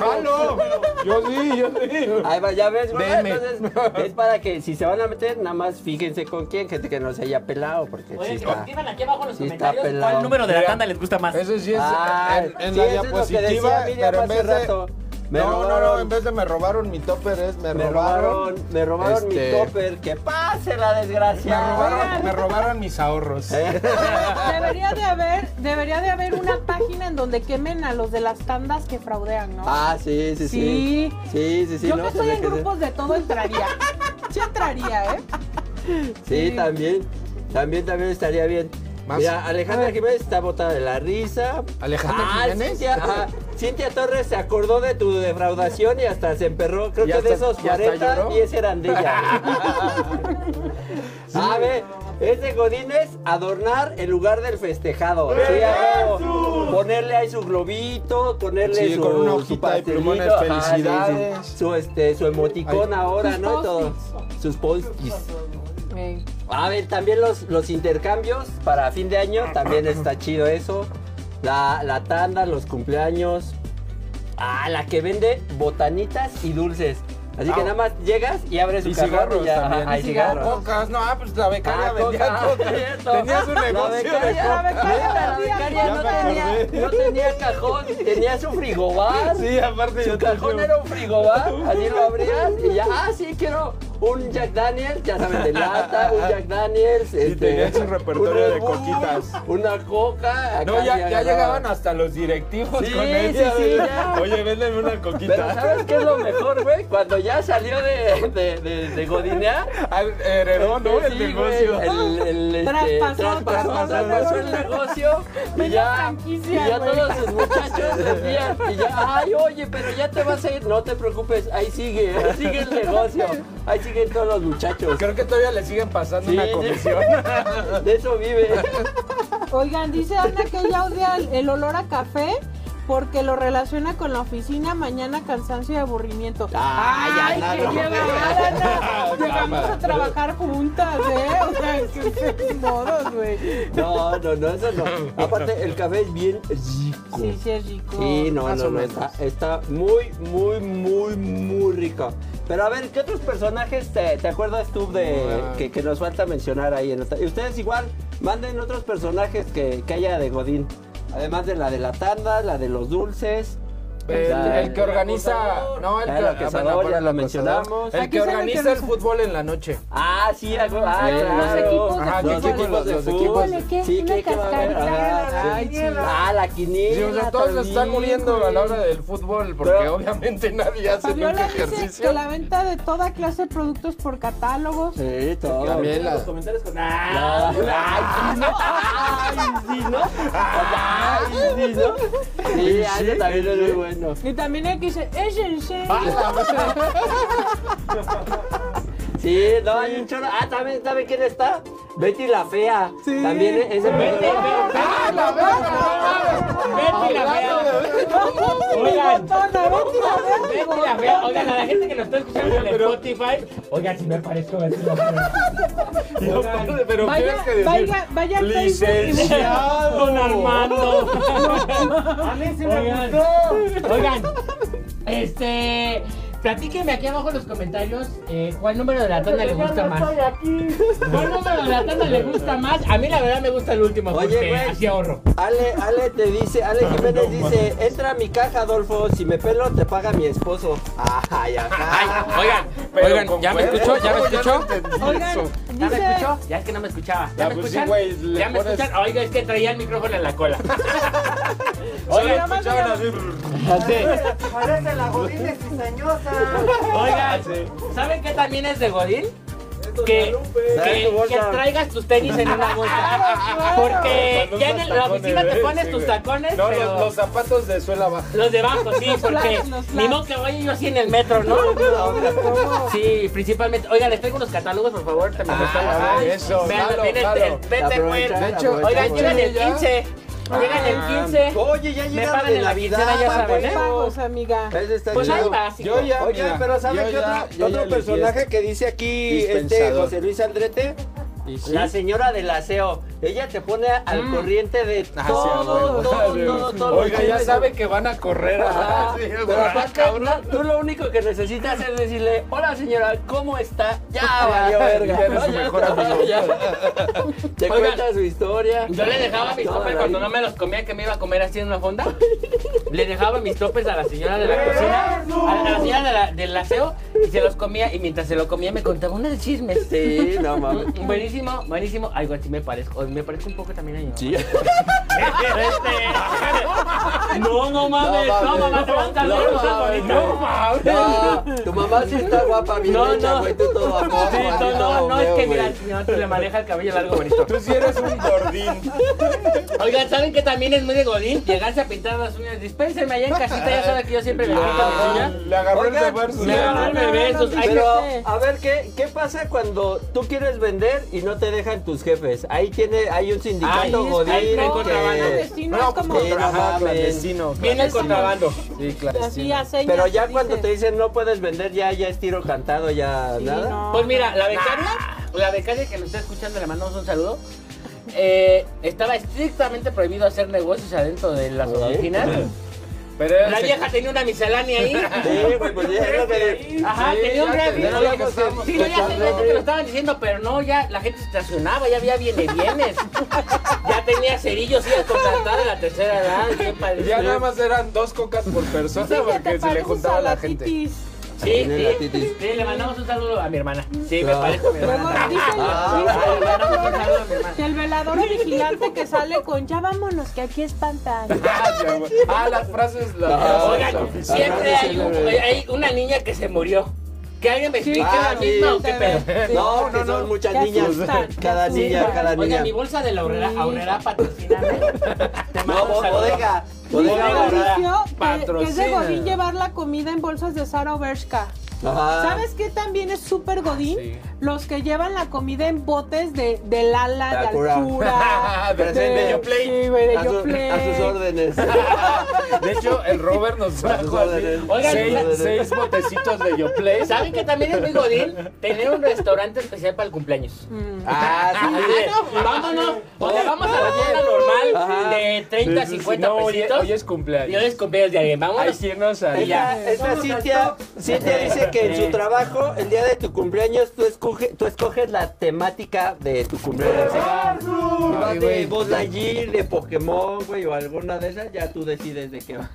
Speaker 6: ¡Jalo! Yo sí, yo sí.
Speaker 3: Ahí va, ya ves, güey.
Speaker 6: Deme.
Speaker 3: Entonces, es para que si se van a meter, nada más fíjense con quién, gente que no se haya pelado, porque sí
Speaker 1: Oye, que
Speaker 3: está.
Speaker 1: escriban aquí abajo en los
Speaker 3: sí está
Speaker 1: comentarios
Speaker 3: pelado.
Speaker 1: cuál número de la
Speaker 6: Mira.
Speaker 1: tanda les gusta más.
Speaker 6: Eso sí es
Speaker 3: Ah,
Speaker 6: en, en
Speaker 3: sí,
Speaker 6: la
Speaker 3: eso es lo que decía
Speaker 6: diapositiva,
Speaker 3: Miriam
Speaker 6: pero en
Speaker 3: hace
Speaker 6: vez de...
Speaker 3: rato. Me
Speaker 6: no, no, no,
Speaker 3: robaron-
Speaker 6: en vez de me robaron mi topper es me,
Speaker 3: Me robaron, me robaron
Speaker 6: este,
Speaker 3: mi topper. Que pase la
Speaker 6: Me
Speaker 3: desgracia.
Speaker 6: robaron, me robaron mis ahorros.
Speaker 3: Eh,
Speaker 5: Debería de haber, debería de haber una página en donde quemen a los de las tandas que fraudean, ¿no?
Speaker 3: Ah, sí, sí, sí.
Speaker 5: Sí.
Speaker 3: Sí, sí, sí.
Speaker 5: Yo
Speaker 3: no,
Speaker 5: que estoy
Speaker 3: tendría
Speaker 5: en
Speaker 3: ser.
Speaker 5: grupos de todo entraría. Sí entraría, ¿eh?
Speaker 3: Sí,
Speaker 5: Sí.
Speaker 3: también. También, también estaría bien.
Speaker 6: Más.
Speaker 3: Mira, Alejandra Jiménez está botada de la risa.
Speaker 6: ¿Alejandra
Speaker 3: Ah,
Speaker 6: Jiménez?
Speaker 3: Cintia, ajá. Cintia Torres se acordó de tu defraudación y hasta se emperró. Creo
Speaker 6: Y
Speaker 3: que
Speaker 6: hasta-
Speaker 3: de esos
Speaker 6: y hasta
Speaker 3: 40,
Speaker 6: lloró.
Speaker 3: 10 eran de ella. A ver, es de Godínez adornar el lugar del festejado. Sí, a huevo. Ponerle ahí su globito, ponerle
Speaker 6: Sí,
Speaker 3: su,
Speaker 6: con una
Speaker 3: su
Speaker 6: hojita de
Speaker 3: pastelito.
Speaker 6: plumones,
Speaker 3: Ajá, sí, sí.
Speaker 6: felicidades.
Speaker 3: Su, este, su emoticón
Speaker 6: Ay.
Speaker 3: ahora,
Speaker 5: Sus
Speaker 3: ¿no? Y todo.
Speaker 5: post-its.
Speaker 3: Sus postis. A ver, también los, los intercambios para fin de año, también está chido eso. La, la tanda, los cumpleaños. Ah, la que vende botanitas y dulces. Así que
Speaker 6: Ah.
Speaker 3: nada más llegas y abres su
Speaker 6: Y
Speaker 3: cajón
Speaker 6: cigarros
Speaker 3: y ya,
Speaker 6: también.
Speaker 3: ajá, hay
Speaker 6: Y
Speaker 3: cigarros.
Speaker 6: Cocas, no, ah, pues la becaria
Speaker 3: Ah,
Speaker 6: vendía
Speaker 3: coca,
Speaker 6: cocas.
Speaker 3: cierto.
Speaker 6: Tenía su
Speaker 3: La
Speaker 6: negocio de
Speaker 3: becaria, la
Speaker 6: coca.
Speaker 3: becaria,
Speaker 5: Ya
Speaker 3: la becaria
Speaker 5: me
Speaker 3: no, tenía,
Speaker 6: acordé.
Speaker 3: no tenía cajón, tenía su frigobar.
Speaker 6: Sí, aparte
Speaker 3: Su
Speaker 6: yo
Speaker 3: cajón
Speaker 6: tenía-
Speaker 3: era un frigobar, así lo abrías y ya, ah, sí, quiero un Jack Daniels, ya saben, de lata, un Jack Daniels. este,
Speaker 7: Y tenían su repertorio
Speaker 3: un Red
Speaker 7: de
Speaker 3: Bull,
Speaker 7: coquitas.
Speaker 3: Una coca.
Speaker 7: No,
Speaker 3: acá
Speaker 7: ya,
Speaker 3: sí
Speaker 7: ya
Speaker 3: agarraban.
Speaker 7: llegaban hasta los directivos
Speaker 3: Sí,
Speaker 7: con
Speaker 3: sí,
Speaker 7: eso.
Speaker 3: sí, ya.
Speaker 7: Oye, véndeme una
Speaker 3: Pero
Speaker 7: coquita.
Speaker 3: ¿sabes qué es lo mejor, güey? Cuando ya salió de, de, de, de Godinear,
Speaker 7: Ah, Heredó, ¿no? El
Speaker 3: Sí,
Speaker 7: negocio.
Speaker 3: güey, el- el, este,
Speaker 5: Traspasó,
Speaker 3: traspasó,
Speaker 5: traspasó,
Speaker 3: traspasó el negocio y
Speaker 5: Media
Speaker 3: ya, y
Speaker 5: franquicia,
Speaker 3: ya
Speaker 5: güey.
Speaker 3: todos sus muchachos decían, y ya, ay, oye, pero ya te vas a ir, no te preocupes, ahí sigue, ahí sigue el negocio, ahí siguen todos los muchachos.
Speaker 7: Creo que todavía le siguen pasando
Speaker 3: Sí,
Speaker 7: una
Speaker 3: sí.
Speaker 7: comisión.
Speaker 3: De eso vive.
Speaker 5: Oigan, dice Ana que ella odia el, el olor a café porque lo relaciona con la oficina, mañana cansancio y aburrimiento.
Speaker 3: Ay,
Speaker 5: Ay,
Speaker 3: Ana,
Speaker 5: qué
Speaker 3: Ah, no.
Speaker 5: llevada, Ana. Llegamos a trabajar juntas, ¿eh? O sea, es que ustedes modos, güey.
Speaker 3: No, no, no, eso no. Aparte, el café es bien rico.
Speaker 5: Sí, sí es rico.
Speaker 3: Sí, no,
Speaker 2: Más
Speaker 3: no,
Speaker 2: o
Speaker 3: no,
Speaker 2: menos.
Speaker 3: está, está muy, muy, muy, muy rico. Pero a ver, ¿qué otros personajes te, te acuerdas tú de
Speaker 2: Ah.
Speaker 3: que, que nos falta mencionar ahí? En esta- y ustedes igual, manden otros personajes que, que haya de Godín. Además de la de la tanda, la de los dulces.
Speaker 7: El,
Speaker 3: Ya,
Speaker 7: el que organiza. No, el
Speaker 3: ya
Speaker 7: que, ah,
Speaker 3: la quesadora,
Speaker 7: bueno,
Speaker 3: ya la
Speaker 7: el
Speaker 3: mencionamos.
Speaker 7: El
Speaker 5: Aquí
Speaker 7: que
Speaker 5: se menciona
Speaker 7: organiza el
Speaker 5: eso.
Speaker 7: fútbol en la noche.
Speaker 3: Ah, sí, algo- ah,
Speaker 7: Sí, los
Speaker 3: claro.
Speaker 5: equipos de
Speaker 3: Ajá,
Speaker 7: fútbol. Los equipos.
Speaker 3: fútbol.
Speaker 5: ¿Qué es
Speaker 3: Sí,
Speaker 5: una
Speaker 3: ¿qué- qué va a haber?
Speaker 5: cascarita?
Speaker 3: Ajá,
Speaker 5: Ay,
Speaker 3: sí.
Speaker 5: sí.
Speaker 3: Ah, la quiniela.
Speaker 7: Sí, o sea, todos se están
Speaker 3: también,
Speaker 7: muriendo a la
Speaker 3: güey.
Speaker 7: hora del fútbol porque
Speaker 3: Pero-
Speaker 7: obviamente nadie hace nunca
Speaker 5: Fabiola dice
Speaker 7: ejercicio.
Speaker 5: que la venta de toda clase de productos por catálogos.
Speaker 3: Sí, todo.
Speaker 6: También la-
Speaker 4: comentarios con.
Speaker 3: Ay, sí, no. Ay, sí, no. Ay, sí, no. Sí, ah, eso también es muy bueno.
Speaker 5: Y también el que dice, es en serio.
Speaker 7: Ah,
Speaker 3: Sí, no, hay un chorro. Ah, ¿saben, ¿saben quién está? Betty la Fea. También ese Betty
Speaker 7: Ah,
Speaker 1: Betty la fea. Oigan, Betty la fea. Oigan, a la gente que nos está escuchando en Spotify, oigan, si me parezco Betty la fea.
Speaker 7: No, padre, pero tienes
Speaker 5: Vaya,
Speaker 7: que decir.
Speaker 5: vaya, vaya al Facebook y vea.
Speaker 1: Don Armando.
Speaker 4: A mí sí
Speaker 1: Oigan, oigan, este. Platíquenme aquí abajo en los comentarios eh, cuál número de la tanda le gusta más. ¿Cuál número de la tanda le gusta más? A mí la verdad me gusta el último
Speaker 3: Oye,
Speaker 1: porque
Speaker 3: güey.
Speaker 1: así ahorro.
Speaker 3: Ale, Ale te dice, Ale Jiménez dice, entra a mi caja, Adolfo, si me pelo te paga mi esposo. Ay, ajá.
Speaker 1: Ah, oigan,
Speaker 7: Pero
Speaker 8: Oigan,
Speaker 7: con
Speaker 8: ¿ya me
Speaker 7: cuerpo,
Speaker 8: escuchó? ¿Ya me
Speaker 7: no
Speaker 8: escuchó?
Speaker 7: entendí
Speaker 5: Oigan,
Speaker 7: eso.
Speaker 1: ¿Ya me
Speaker 5: dice,
Speaker 1: escuchó? Ya es que no me escuchaba. ¿Ya
Speaker 7: Ah,
Speaker 1: me
Speaker 7: pues sí,
Speaker 1: escuchan?
Speaker 7: güey, le
Speaker 1: ¿Ya me
Speaker 7: pones-
Speaker 1: escuchan? Oiga, es que traía el micrófono en la cola.
Speaker 7: Solo
Speaker 1: Oigan,
Speaker 7: escuchaban así.
Speaker 4: Parece la godina cizañosa.
Speaker 7: Ah,
Speaker 1: oigan, ¿saben qué también es de Godín? Que,
Speaker 3: Trae tu
Speaker 1: que,
Speaker 3: bolsa.
Speaker 1: que traigas tus tenis en una
Speaker 7: Ah,
Speaker 1: bolsa. Porque
Speaker 7: Con
Speaker 1: ya
Speaker 7: unos
Speaker 1: en la oficina
Speaker 7: tacones,
Speaker 1: te
Speaker 7: ¿eh?
Speaker 1: pones
Speaker 7: Sí,
Speaker 1: tus
Speaker 7: güey.
Speaker 1: tacones,
Speaker 7: No,
Speaker 1: pero...
Speaker 7: los, los zapatos de suela baja.
Speaker 1: Los de abajo, sí, porque
Speaker 5: flats, los flats.
Speaker 1: ni modo que vaya yo así en el metro, ¿no? Sí, principalmente. Oigan, les traigo unos catálogos, por favor. También los traigo.
Speaker 7: Ah, eso,
Speaker 1: Vean, este,
Speaker 7: jalo,
Speaker 1: viene el-
Speaker 7: jalo.
Speaker 1: el Peter Weir.
Speaker 3: Aprovechar,
Speaker 7: De hecho,
Speaker 3: aprovechar.
Speaker 1: Oigan, llegan el
Speaker 7: ya.
Speaker 1: 15. Llegan el 15.
Speaker 3: Oye, ya
Speaker 1: Me
Speaker 3: llegaron
Speaker 1: pagan
Speaker 3: de
Speaker 1: en la quincena,
Speaker 3: Navidad,
Speaker 1: ya saben, ¿eh?
Speaker 5: pagos, amiga.
Speaker 3: Ese está
Speaker 1: Pues ahí
Speaker 3: chido.
Speaker 1: va, sí.
Speaker 7: Yo ya,
Speaker 3: Oye,
Speaker 7: mira,
Speaker 3: pero ¿saben
Speaker 7: yo
Speaker 3: qué
Speaker 7: ya-
Speaker 3: otro,
Speaker 7: yo ya
Speaker 3: otro
Speaker 7: elegí
Speaker 3: personaje que dice aquí este
Speaker 2: Dispensador.
Speaker 3: José Luis Andrete? La señora del aseo. Ella te pone al
Speaker 1: Mm.
Speaker 3: corriente de todo,
Speaker 7: Ah, sí, a
Speaker 3: todo,
Speaker 7: huevo.
Speaker 3: todo,
Speaker 7: Sí.
Speaker 3: todo, todo.
Speaker 7: Oiga, ya sabe que van a correr.
Speaker 3: Ajá.
Speaker 7: ah, sí,
Speaker 3: Pero
Speaker 7: güey.
Speaker 3: aparte, no, tú lo único que necesitas es decirle, hola señora, ¿cómo está? Ya valió verga.
Speaker 7: Ya eres
Speaker 3: ¿no?
Speaker 7: su
Speaker 3: Ya
Speaker 7: mejor
Speaker 3: está,
Speaker 7: amigo.
Speaker 3: ya. Te
Speaker 1: Oigan,
Speaker 3: cuenta su historia.
Speaker 1: Yo le dejaba mis
Speaker 3: Toda
Speaker 1: topes
Speaker 3: la
Speaker 1: cuando
Speaker 3: vida.
Speaker 1: no me los comía, que me iba a comer así en una fonda. Le dejaba mis topes a la señora de la cocina, a la- a la señora de la- del aseo, y se los comía. Y mientras se lo comía, me contaba unos chismes.
Speaker 3: Sí, no mames.
Speaker 1: Mm, Buenísimo, buenísimo. Algo así me parezco. Me parezco un poco también a yo.
Speaker 3: Sí.
Speaker 1: Este, No, no mames. No,
Speaker 3: No
Speaker 1: mamá,
Speaker 3: mames.
Speaker 1: te vas a
Speaker 3: No
Speaker 1: ver, o sea,
Speaker 3: mames.
Speaker 1: No mames.
Speaker 3: No, tu mamá sí está guapa, bien
Speaker 1: No,
Speaker 3: hecha,
Speaker 1: no.
Speaker 3: güey, tú todo guapo,
Speaker 1: Sí,
Speaker 3: así
Speaker 1: no, no,
Speaker 3: todo
Speaker 1: no, es
Speaker 3: feo,
Speaker 1: que
Speaker 3: güey.
Speaker 1: mira, no, te le maneja el cabello largo bonito.
Speaker 7: Tú sí eres un gordín.
Speaker 1: Oigan, ¿saben que también es muy de godín? Llegarse a pintar las uñas. Dispénsenme allá en casita, ya saben que yo
Speaker 7: Ah.
Speaker 1: siempre me pinto mis uñas.
Speaker 7: Le agarró el
Speaker 3: Oigan,
Speaker 7: reverso.
Speaker 1: Me agarró el besos. Ay,
Speaker 3: Pero,
Speaker 5: sé.
Speaker 3: a ver, ¿qué, ¿qué pasa cuando tú quieres vender y no te dejan tus jefes? Ahí tiene, hay un
Speaker 1: Ahí
Speaker 3: sindicato
Speaker 1: es-
Speaker 3: Godín
Speaker 1: ahí trae
Speaker 3: que-
Speaker 1: contrabando.
Speaker 5: Clandestino
Speaker 7: No,
Speaker 5: es
Speaker 7: pues,
Speaker 5: como
Speaker 3: Sí, no
Speaker 7: Ajá,
Speaker 3: mames.
Speaker 7: clandestino.
Speaker 1: Viene el contrabando.
Speaker 6: Sí,
Speaker 5: pues, así
Speaker 6: clandestino.
Speaker 5: a señas.
Speaker 3: Pero ya
Speaker 5: te
Speaker 3: cuando te
Speaker 5: dice.
Speaker 3: dicen no puedes vender, ya, ya es tiro cantado, ya
Speaker 5: Sí,
Speaker 3: nada.
Speaker 5: no.
Speaker 1: Pues mira, la becaria, la becaria que nos está escuchando, le mandamos un saludo. Eh, estaba estrictamente prohibido hacer negocios adentro de las oficinas.
Speaker 7: Pero
Speaker 1: La vieja tenía una miscelánea ahí.
Speaker 3: Sí, güey, pues ya es lo que-
Speaker 1: Ajá, tenía un refri.
Speaker 7: era lo que estábamos
Speaker 1: Sí, no, ya sé, ya sé
Speaker 7: tocando.
Speaker 1: que lo estaban diciendo, pero no, ya la gente se estacionaba, ya había viene bienes. ya tenía cerillos, ibas contratada de la tercera edad. bien padre.
Speaker 7: Ya nada más eran dos cocas por persona
Speaker 5: Dicen que
Speaker 7: porque
Speaker 5: te
Speaker 7: se le
Speaker 5: pareces
Speaker 7: juntaba
Speaker 5: a
Speaker 7: la
Speaker 5: la
Speaker 7: gente.
Speaker 5: titis.
Speaker 1: Sí,
Speaker 3: Tiene la
Speaker 1: sí,
Speaker 3: titis. Ah.
Speaker 1: sí, le mandamos un saludo a mi hermana. Sí, me
Speaker 3: Claro.
Speaker 1: parezco a mi hermana.
Speaker 5: Luego dice el-
Speaker 1: Ah,
Speaker 5: dice el
Speaker 1: le mandamos un saludo a mi
Speaker 5: velador-
Speaker 1: hermana.
Speaker 5: el velador vigilante que sale con ya vámonos que aquí espantan.
Speaker 7: Ah, las frases. Las
Speaker 3: Ah,
Speaker 7: frases
Speaker 1: Oigan,
Speaker 7: oficiales.
Speaker 1: siempre
Speaker 3: Ah,
Speaker 1: hay, un-
Speaker 3: sí.
Speaker 1: hay una niña que se murió. Que alguien me explique
Speaker 3: Ah,
Speaker 1: la
Speaker 3: sí,
Speaker 1: misma o qué
Speaker 5: sí,
Speaker 1: pedo.
Speaker 5: sí.
Speaker 3: No, que
Speaker 5: no,
Speaker 3: son
Speaker 5: no.
Speaker 3: muchas
Speaker 5: Te
Speaker 3: niñas.
Speaker 5: asustan, te
Speaker 3: Cada
Speaker 5: asustan.
Speaker 3: niña, cada
Speaker 1: Oiga,
Speaker 3: niña.
Speaker 1: mi bolsa de la aurrera, aurrera patrociname. Te
Speaker 3: No,
Speaker 1: mando un
Speaker 3: bo-
Speaker 1: saludo.
Speaker 3: bodega.
Speaker 5: Dice
Speaker 3: Bodega
Speaker 1: Bodega.
Speaker 3: Aurrera.
Speaker 5: Mauricio que- que, es de
Speaker 6: Patrocina.
Speaker 5: Godín llevar la comida en bolsas de Sara Bershka.
Speaker 3: Ajá.
Speaker 5: ¿Sabes qué también es súper Godín?
Speaker 6: Ah, Sí.
Speaker 5: Los que llevan la comida en botes de, de Lala, de
Speaker 3: De altura.
Speaker 5: altura.
Speaker 3: De- de Yoplait.
Speaker 5: Sí, güey, de
Speaker 3: A, su-
Speaker 5: Yoplait.
Speaker 3: a sus órdenes.
Speaker 6: De hecho, el Robert nos trajo así
Speaker 3: órdenes.
Speaker 1: Oigan,
Speaker 6: seis,
Speaker 3: órdenes.
Speaker 6: seis botecitos de Yoplay.
Speaker 1: ¿Saben que también es muy godín tener un restaurante especial para el cumpleaños? Ah,
Speaker 3: Ah, sí.
Speaker 1: no, vámonos. O sea, vamos a la tienda normal
Speaker 3: Ajá.
Speaker 1: de
Speaker 6: Sí,
Speaker 1: 30 a
Speaker 6: sí, sí.
Speaker 1: 50
Speaker 6: No, hoy,
Speaker 1: pesitos.
Speaker 6: hoy es
Speaker 1: Y hoy
Speaker 6: cumpleaños.
Speaker 1: es cumpleaños de alguien.
Speaker 6: Hay
Speaker 1: Vámonos.
Speaker 6: que irnos a...
Speaker 1: Ya.
Speaker 3: Esta, esta Cintia, Cintia dice que en su trabajo, el día de tu cumpleaños, tú, escoge- tú escoges la temática de tu cumpleaños. Y va
Speaker 2: Ay,
Speaker 3: de
Speaker 2: güey.
Speaker 3: Buzz Lightyear, de Pokémon, güey, o alguna de esas, ya tú decides de qué va.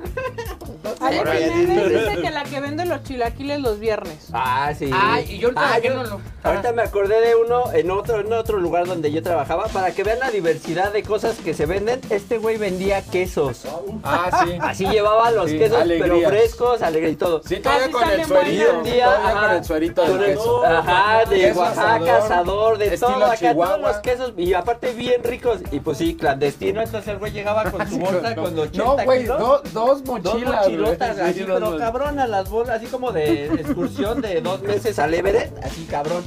Speaker 5: Alex
Speaker 3: Órale.
Speaker 5: Jiménez dice que la que vende los chilaquiles los viernes.
Speaker 3: Ah, sí.
Speaker 1: Ay, y yo ahorita,
Speaker 3: Ah,
Speaker 1: ¿qué no lo-
Speaker 3: ahorita me acordé de uno en otro en otro lugar donde yo trabajaba para que vean la diversidad de cosas que se venden. Este güey vendía quesos.
Speaker 6: Ah, sí.
Speaker 3: Así llevaba los
Speaker 6: Sí,
Speaker 3: quesos pero
Speaker 6: alegría.
Speaker 3: frescos, alegre y todo.
Speaker 6: Sí, todavía
Speaker 5: Ah, sí
Speaker 6: con el
Speaker 5: salen buenos.
Speaker 3: Y
Speaker 6: suerito.
Speaker 3: un día,
Speaker 6: Todavía
Speaker 3: ajá,
Speaker 6: con el suerito
Speaker 3: con
Speaker 6: de
Speaker 3: el-
Speaker 6: queso.
Speaker 3: Ajá, de
Speaker 6: Queso
Speaker 3: Oaxaca,
Speaker 6: asador,
Speaker 3: asador, de
Speaker 6: estilo
Speaker 3: todo, acá todos
Speaker 6: Chihuahua.
Speaker 3: los quesos. Y aparte bien ricos. Y pues sí, clandestino, entonces el güey llegaba con su bolsa con 80
Speaker 6: No, güey,
Speaker 3: kilos.
Speaker 6: do- dos
Speaker 3: Dos
Speaker 6: mochilas.
Speaker 3: mochilotas,
Speaker 6: güey. Sí,
Speaker 3: así,
Speaker 6: dos
Speaker 3: pero
Speaker 6: moch-
Speaker 3: cabronas las bolas, así como de excursión de dos meses al Everett, así cabrón.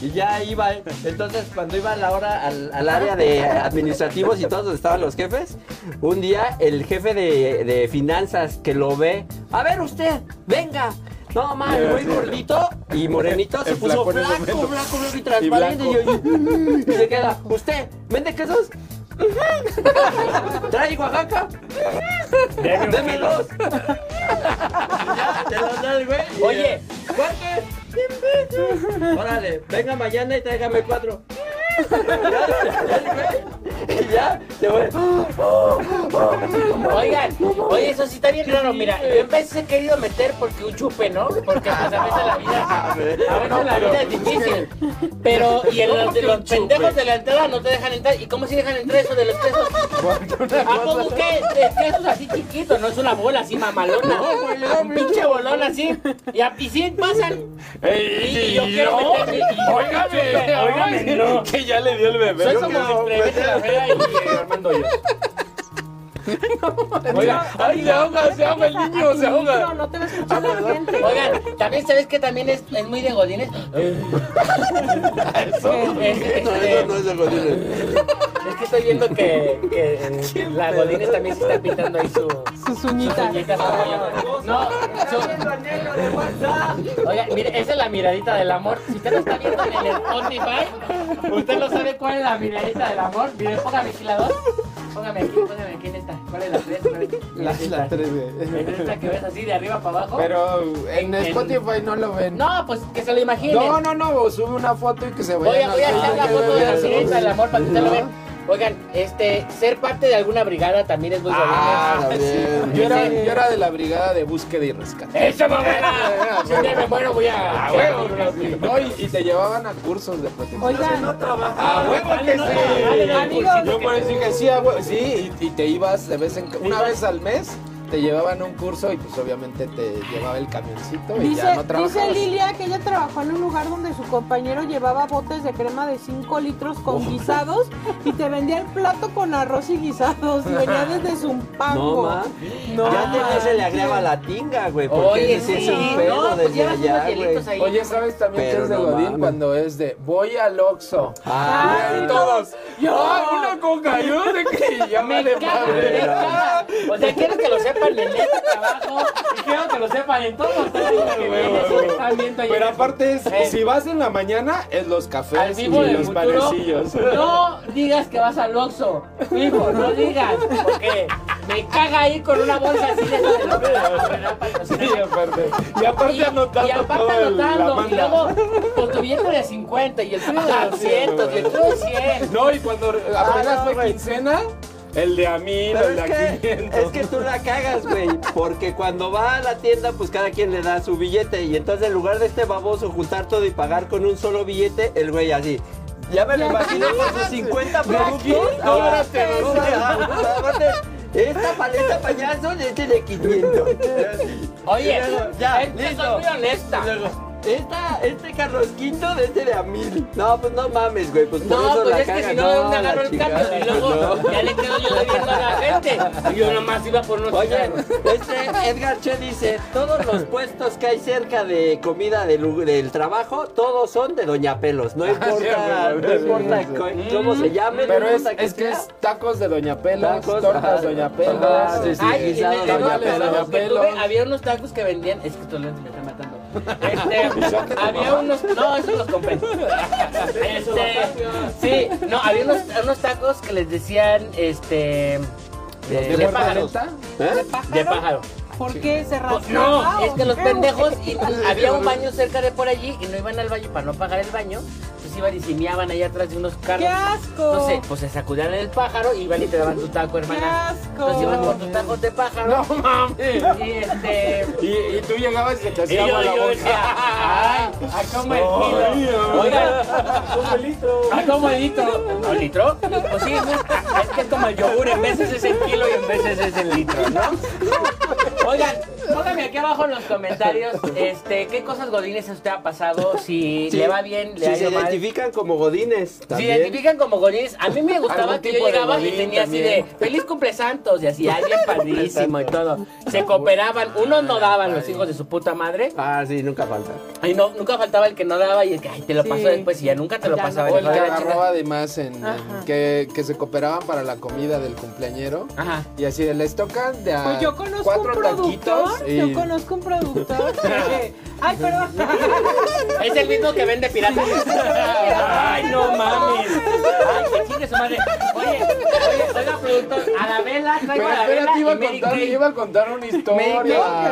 Speaker 3: Y ya iba, ¿eh? entonces cuando iba a la hora al, al área de administrativos y todos donde estaban los jefes, un día el jefe de, de finanzas que lo ve, a ver usted, venga. No, man, el güey gordito y morenito se
Speaker 6: El
Speaker 3: puso
Speaker 6: flaco en ese
Speaker 3: blanco, blanco,
Speaker 6: momento.
Speaker 3: blanco y transparente. Y,
Speaker 6: Y blanco.
Speaker 3: yo- y se queda, ¿usted vende quesos? ¿Trae Oaxaca? Démelos. Ya, te los da el güey.
Speaker 1: Oye,
Speaker 3: ¿cuánto es? Cien pesos. Órale, venga mañana y tráigame cuatro. Ya, el güey, y ya, te voy.
Speaker 1: Oigan, oye, eso sí está bien raro. Mira, yo
Speaker 3: eh,
Speaker 1: en veces he querido meter porque un chupe, ¿no? Porque pues, a veces la vida, a veces la vida es difícil. Pero, y en los, de los pendejos de la entrada no te dejan entrar. ¿Y cómo si dejan entrar eso de los quesos? ¿A poco que de quesos así chiquitos? No es una bola así mamalona. Un pinche bolón así. Y, a, y sí pasan. Y yo quiero meter. Óigame, óigame, no.
Speaker 6: eh, Que ya le dio el bebé.
Speaker 1: Soy
Speaker 6: Yo
Speaker 1: como
Speaker 6: quiero-
Speaker 1: el Clemente la fea y eh, Armando yo.
Speaker 6: Oiga, ay, se ahoga, se ahoga el niño, se
Speaker 5: No,
Speaker 6: ahoga.
Speaker 5: no te va a escuchar la gente.
Speaker 1: Oigan, también sabes que también es, es muy de godines. Es- es-
Speaker 3: No, eso no es de godines.
Speaker 1: Es que estoy viendo que, que en- la Godines también se está pintando ahí su.
Speaker 5: Sus
Speaker 1: sus
Speaker 5: uñitas.
Speaker 1: uñitas como yo. No, su- oiga, mire, esa es la miradita del amor. Si usted lo está viendo en el Spotify, usted no sabe cuál es la miradita del amor. Mire, póngame aquí la dos. Póngame aquí, póngame aquí en esta. ¿Cuál es la tres? ¿Cuál es
Speaker 2: La,
Speaker 1: esta?
Speaker 2: la 3D.
Speaker 1: Es esta que ves así de arriba para abajo.
Speaker 6: Pero en
Speaker 1: Oh. En-
Speaker 6: Spotify no lo ven.
Speaker 1: No, pues que se lo imaginen.
Speaker 6: No, no, no, sube una foto y que se
Speaker 1: Voy
Speaker 6: vayan
Speaker 1: a, voy a hacer la
Speaker 6: que
Speaker 1: foto de la
Speaker 6: vean.
Speaker 1: sirenita del amor para que ustedes lo vean. Oigan, este, ser parte de alguna brigada también es muy bonito.
Speaker 6: Ah,
Speaker 3: Está bien.
Speaker 6: Yo era, yo era de la brigada de búsqueda y rescate.
Speaker 1: ¡Eso,
Speaker 6: Ah,
Speaker 1: mamera! Si un día me muero, voy a... ¡A huevo!
Speaker 6: No, y, y te llevaban a cursos de protección.
Speaker 5: Oigan,
Speaker 6: ¡A huevo que sí!
Speaker 5: amigos,
Speaker 6: Yo por eso dije, sí, a huevo, sí, y, y te ibas de vez en una vez al mes, te llevaban a un curso y pues obviamente te llevaba el camioncito y ya
Speaker 5: Dice,
Speaker 6: no
Speaker 5: dice
Speaker 6: trabajabas.
Speaker 5: Lilia que ella trabajó en un lugar donde su compañero llevaba botes de crema de 5 litros con
Speaker 6: Oh.
Speaker 5: guisados y te vendía el plato con arroz y guisados y venía desde
Speaker 3: No,
Speaker 5: Zumpango.
Speaker 3: ma.
Speaker 5: No,
Speaker 3: ya
Speaker 5: ma.
Speaker 3: antes se le agregaba la tinga, güey. Porque
Speaker 1: Oye,
Speaker 3: ese sí es
Speaker 1: sí,
Speaker 3: un pedo
Speaker 1: no, pues
Speaker 3: desde
Speaker 1: llevas unos
Speaker 3: allá, güey.
Speaker 1: hielitos ahí.
Speaker 6: Oye, ¿sabes también que
Speaker 3: Pero
Speaker 6: es de
Speaker 3: no
Speaker 6: Godín
Speaker 3: mames.
Speaker 6: cuando es de voy al Oxxo?
Speaker 3: Ah,
Speaker 5: Ay,
Speaker 6: Y
Speaker 3: güey.
Speaker 6: todos,
Speaker 5: Yo.
Speaker 6: ¡ah, una coca! Yo no sé qué, ya
Speaker 1: Me
Speaker 6: vale
Speaker 1: caga, me
Speaker 6: madre.
Speaker 1: caga. O sea, quiero que lo sepan en este trabajo y quiero que lo sepan en todos los trabajos que ven, que están viendo ahí.
Speaker 6: Ah, Pero aparte es,
Speaker 1: Eh.
Speaker 6: si vas en la mañana, es los
Speaker 1: Al
Speaker 6: cafés y
Speaker 1: vivo del
Speaker 6: los
Speaker 1: futuro,
Speaker 6: panecillos.
Speaker 1: no digas que vas al Oxxo, hijo, no digas, porque me caga ir con una bolsa así de esa de los-
Speaker 6: Sí, aparte. Y aparte
Speaker 1: Y,
Speaker 6: anotando
Speaker 1: y aparte
Speaker 6: todo el- la
Speaker 1: anotando, y
Speaker 6: banda.
Speaker 1: luego con tu billete de
Speaker 3: Ah,
Speaker 1: 50 y el tuyo de 200 y el tuyo de 100.
Speaker 6: Ah, No, y cuando apenas
Speaker 3: no,
Speaker 6: fue
Speaker 3: güey.
Speaker 6: quincena,
Speaker 7: el de a mil,
Speaker 3: Pero
Speaker 7: el de
Speaker 3: es
Speaker 7: a
Speaker 3: que,
Speaker 7: 500.
Speaker 3: es que tú la cagas, güey. Porque cuando va a la tienda, pues cada quien le da su billete. Y entonces en lugar de este baboso juntar todo y pagar con un solo billete, el güey así. Ya me lo imagino con sus 50 productos. Ahora te Esta paleta payaso este de 500.
Speaker 1: Oye,
Speaker 3: Y luego,
Speaker 1: ya,
Speaker 3: ya,
Speaker 1: esta
Speaker 3: listo.
Speaker 1: soy muy honesta.
Speaker 3: Y luego, Esta, este carrosquito de este de a mil. No, pues no mames, güey. Pues por
Speaker 1: No,
Speaker 3: eso
Speaker 1: pues
Speaker 3: la
Speaker 1: es que
Speaker 3: cagan.
Speaker 1: si no, ¿de dónde
Speaker 3: la
Speaker 1: agarro el
Speaker 3: chingada.
Speaker 1: cambio? Y luego ya le quedo yo debiendo a la gente. Y yo nomás iba por unos
Speaker 3: Oye,
Speaker 1: cigarros.
Speaker 3: este Edgar Che dice, todos los puestos que hay cerca de comida del, lu- del trabajo, todos son de Doña Pelos.
Speaker 6: Ah,
Speaker 3: No importa,
Speaker 7: güey,
Speaker 3: no importa
Speaker 6: sí, Mm,
Speaker 3: co- cómo se llame,
Speaker 6: Pero
Speaker 3: no
Speaker 6: es,
Speaker 3: importa
Speaker 6: es que
Speaker 3: sea.
Speaker 6: es tacos de Doña Pelas,
Speaker 3: Tacos,
Speaker 6: tortas
Speaker 3: ajá.
Speaker 6: Doña Pelas.
Speaker 3: Ajá, sí, sí.
Speaker 1: Ay, en el
Speaker 3: guisado
Speaker 1: en uno
Speaker 3: Doña
Speaker 1: de los
Speaker 3: Pelos.
Speaker 1: trabajos que tuve,
Speaker 6: Pelos.
Speaker 1: había unos tacos que vendían. Es que tu lente me está matando. Este, había unos. No, eso los compré. Este, sí, no, había unos, unos tacos que les decían. Este. eh,
Speaker 6: ¿De
Speaker 1: de
Speaker 6: muerta
Speaker 1: pájaros.
Speaker 6: lenta?
Speaker 3: ¿Eh?
Speaker 1: De pájaro. Oh,
Speaker 5: ¿Por qué se Ah, rasgaba
Speaker 1: No,
Speaker 5: o
Speaker 1: es que los
Speaker 5: qué,
Speaker 1: pendejos
Speaker 5: güey?
Speaker 1: y- había un baño cerca de por allí y no iban al baño para no pagar el baño. Entonces iban y cimeaban allá atrás de unos carros.
Speaker 5: ¡Qué asco!
Speaker 1: No sé, pues se sacudían el pájaro y iban y te daban tu taco, hermana.
Speaker 5: ¡Qué asco!
Speaker 1: Entonces iban por tus tacos de pájaro.
Speaker 7: No mames.
Speaker 1: Y este.
Speaker 7: Y, y tú llegabas y se te
Speaker 1: Y
Speaker 7: hacía
Speaker 1: yo,
Speaker 7: agua la
Speaker 1: yo decía,
Speaker 7: boca. Oh,
Speaker 1: ay, a como el
Speaker 7: Ay,
Speaker 1: kilo.
Speaker 7: ay.
Speaker 1: Oiga, a como el litro. ¿No litro? Pues sí, es que es como el yogur, en veces es el kilo y en veces es el litro, ¿no? Oigan, pónganme aquí abajo en los comentarios, este, ¿qué cosas godines a usted ha pasado? Si
Speaker 3: Sí.
Speaker 1: le va bien, le
Speaker 3: Si
Speaker 1: ha
Speaker 3: se
Speaker 1: ido mal.
Speaker 3: identifican como godines.
Speaker 1: Se
Speaker 3: también.
Speaker 1: identifican como godines. A mí me gustaba
Speaker 6: Algún
Speaker 1: que yo
Speaker 6: tipo de
Speaker 1: llegaba y
Speaker 6: godín
Speaker 1: tenía así
Speaker 6: también.
Speaker 1: de feliz cumple santos y así, ay, bien padrísimo y todo. Se cooperaban, unos no daban los hijos de su puta madre.
Speaker 3: Ah, sí, nunca falta.
Speaker 1: Ay, no, nunca faltaba el que no daba y el que ay, te lo
Speaker 5: Sí.
Speaker 1: pasó después y ya nunca te lo
Speaker 5: Ya
Speaker 1: pasaba.
Speaker 5: no.
Speaker 6: O el
Speaker 1: Dejaba
Speaker 6: que
Speaker 1: la chica.
Speaker 6: agarraba de más en, en-
Speaker 5: Ajá.
Speaker 6: que, que se cooperaban para la comida del cumpleañero.
Speaker 1: Ajá.
Speaker 6: Y así de, les tocan de a
Speaker 5: Pues yo conozco un
Speaker 6: cuatro
Speaker 5: productor,
Speaker 6: taquitos.
Speaker 5: yo
Speaker 6: y-
Speaker 5: conozco un productor que... Ay, perdón.
Speaker 1: Es el mismo que vende piratas. Ay, no mames. Ay, que chingue su madre. Oye, oye, oiga, productor, a la vela, traigo
Speaker 6: Pero
Speaker 1: a la vela
Speaker 6: espera, te iba
Speaker 1: y
Speaker 6: a
Speaker 1: Mary
Speaker 6: contar,
Speaker 1: Kay.
Speaker 6: iba a contar una
Speaker 5: No, que lo
Speaker 6: historia.
Speaker 1: Ay,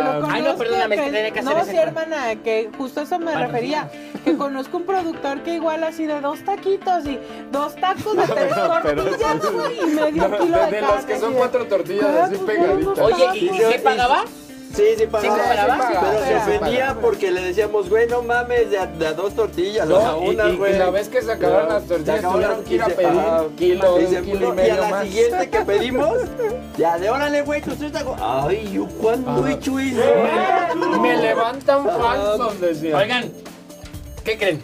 Speaker 1: no,
Speaker 5: conozco,
Speaker 1: perdóname, que tenía que hacer
Speaker 5: No,
Speaker 1: ese
Speaker 5: sí,
Speaker 1: corte.
Speaker 5: hermana, que justo eso me
Speaker 1: Bueno,
Speaker 5: refería. Que conozco un productor que igual así de dos taquitos y dos tacos de tres tortillas, güey, y medio
Speaker 6: No,
Speaker 5: kilo de,
Speaker 6: de, de
Speaker 5: carne.
Speaker 6: los que
Speaker 5: así
Speaker 6: son
Speaker 5: de-
Speaker 6: cuatro tortillas
Speaker 5: Ah,
Speaker 6: así
Speaker 5: pues,
Speaker 6: pegaditas.
Speaker 5: bueno,
Speaker 1: Oye, ¿y
Speaker 5: Y
Speaker 1: se pagaba?
Speaker 3: Sí, sí pagaba.
Speaker 1: ¿Sí pagaba?
Speaker 3: Pero
Speaker 5: Sí
Speaker 3: se
Speaker 5: pagaba.
Speaker 3: ofendía porque le decíamos, güey, no mames, de a, de a dos tortillas, o a
Speaker 6: No, y,
Speaker 3: una,
Speaker 6: y- y
Speaker 3: güey.
Speaker 6: la vez que se acabaron las tortillas,
Speaker 3: Se
Speaker 6: tuvieron
Speaker 3: acabaron
Speaker 6: que ir a
Speaker 3: quince,
Speaker 6: pedir
Speaker 3: ajá.
Speaker 6: un kilo,
Speaker 3: Y
Speaker 6: un
Speaker 3: se
Speaker 6: kilo y
Speaker 3: puso- y a
Speaker 6: medio
Speaker 3: la
Speaker 6: más.
Speaker 3: siguiente que pedimos, ya de órale, güey, tú estás taco. Ay, yo cuánto he
Speaker 6: Ah.
Speaker 3: hecho eso.
Speaker 6: Me levantan falsos, decía.
Speaker 1: Oigan, ¿qué creen?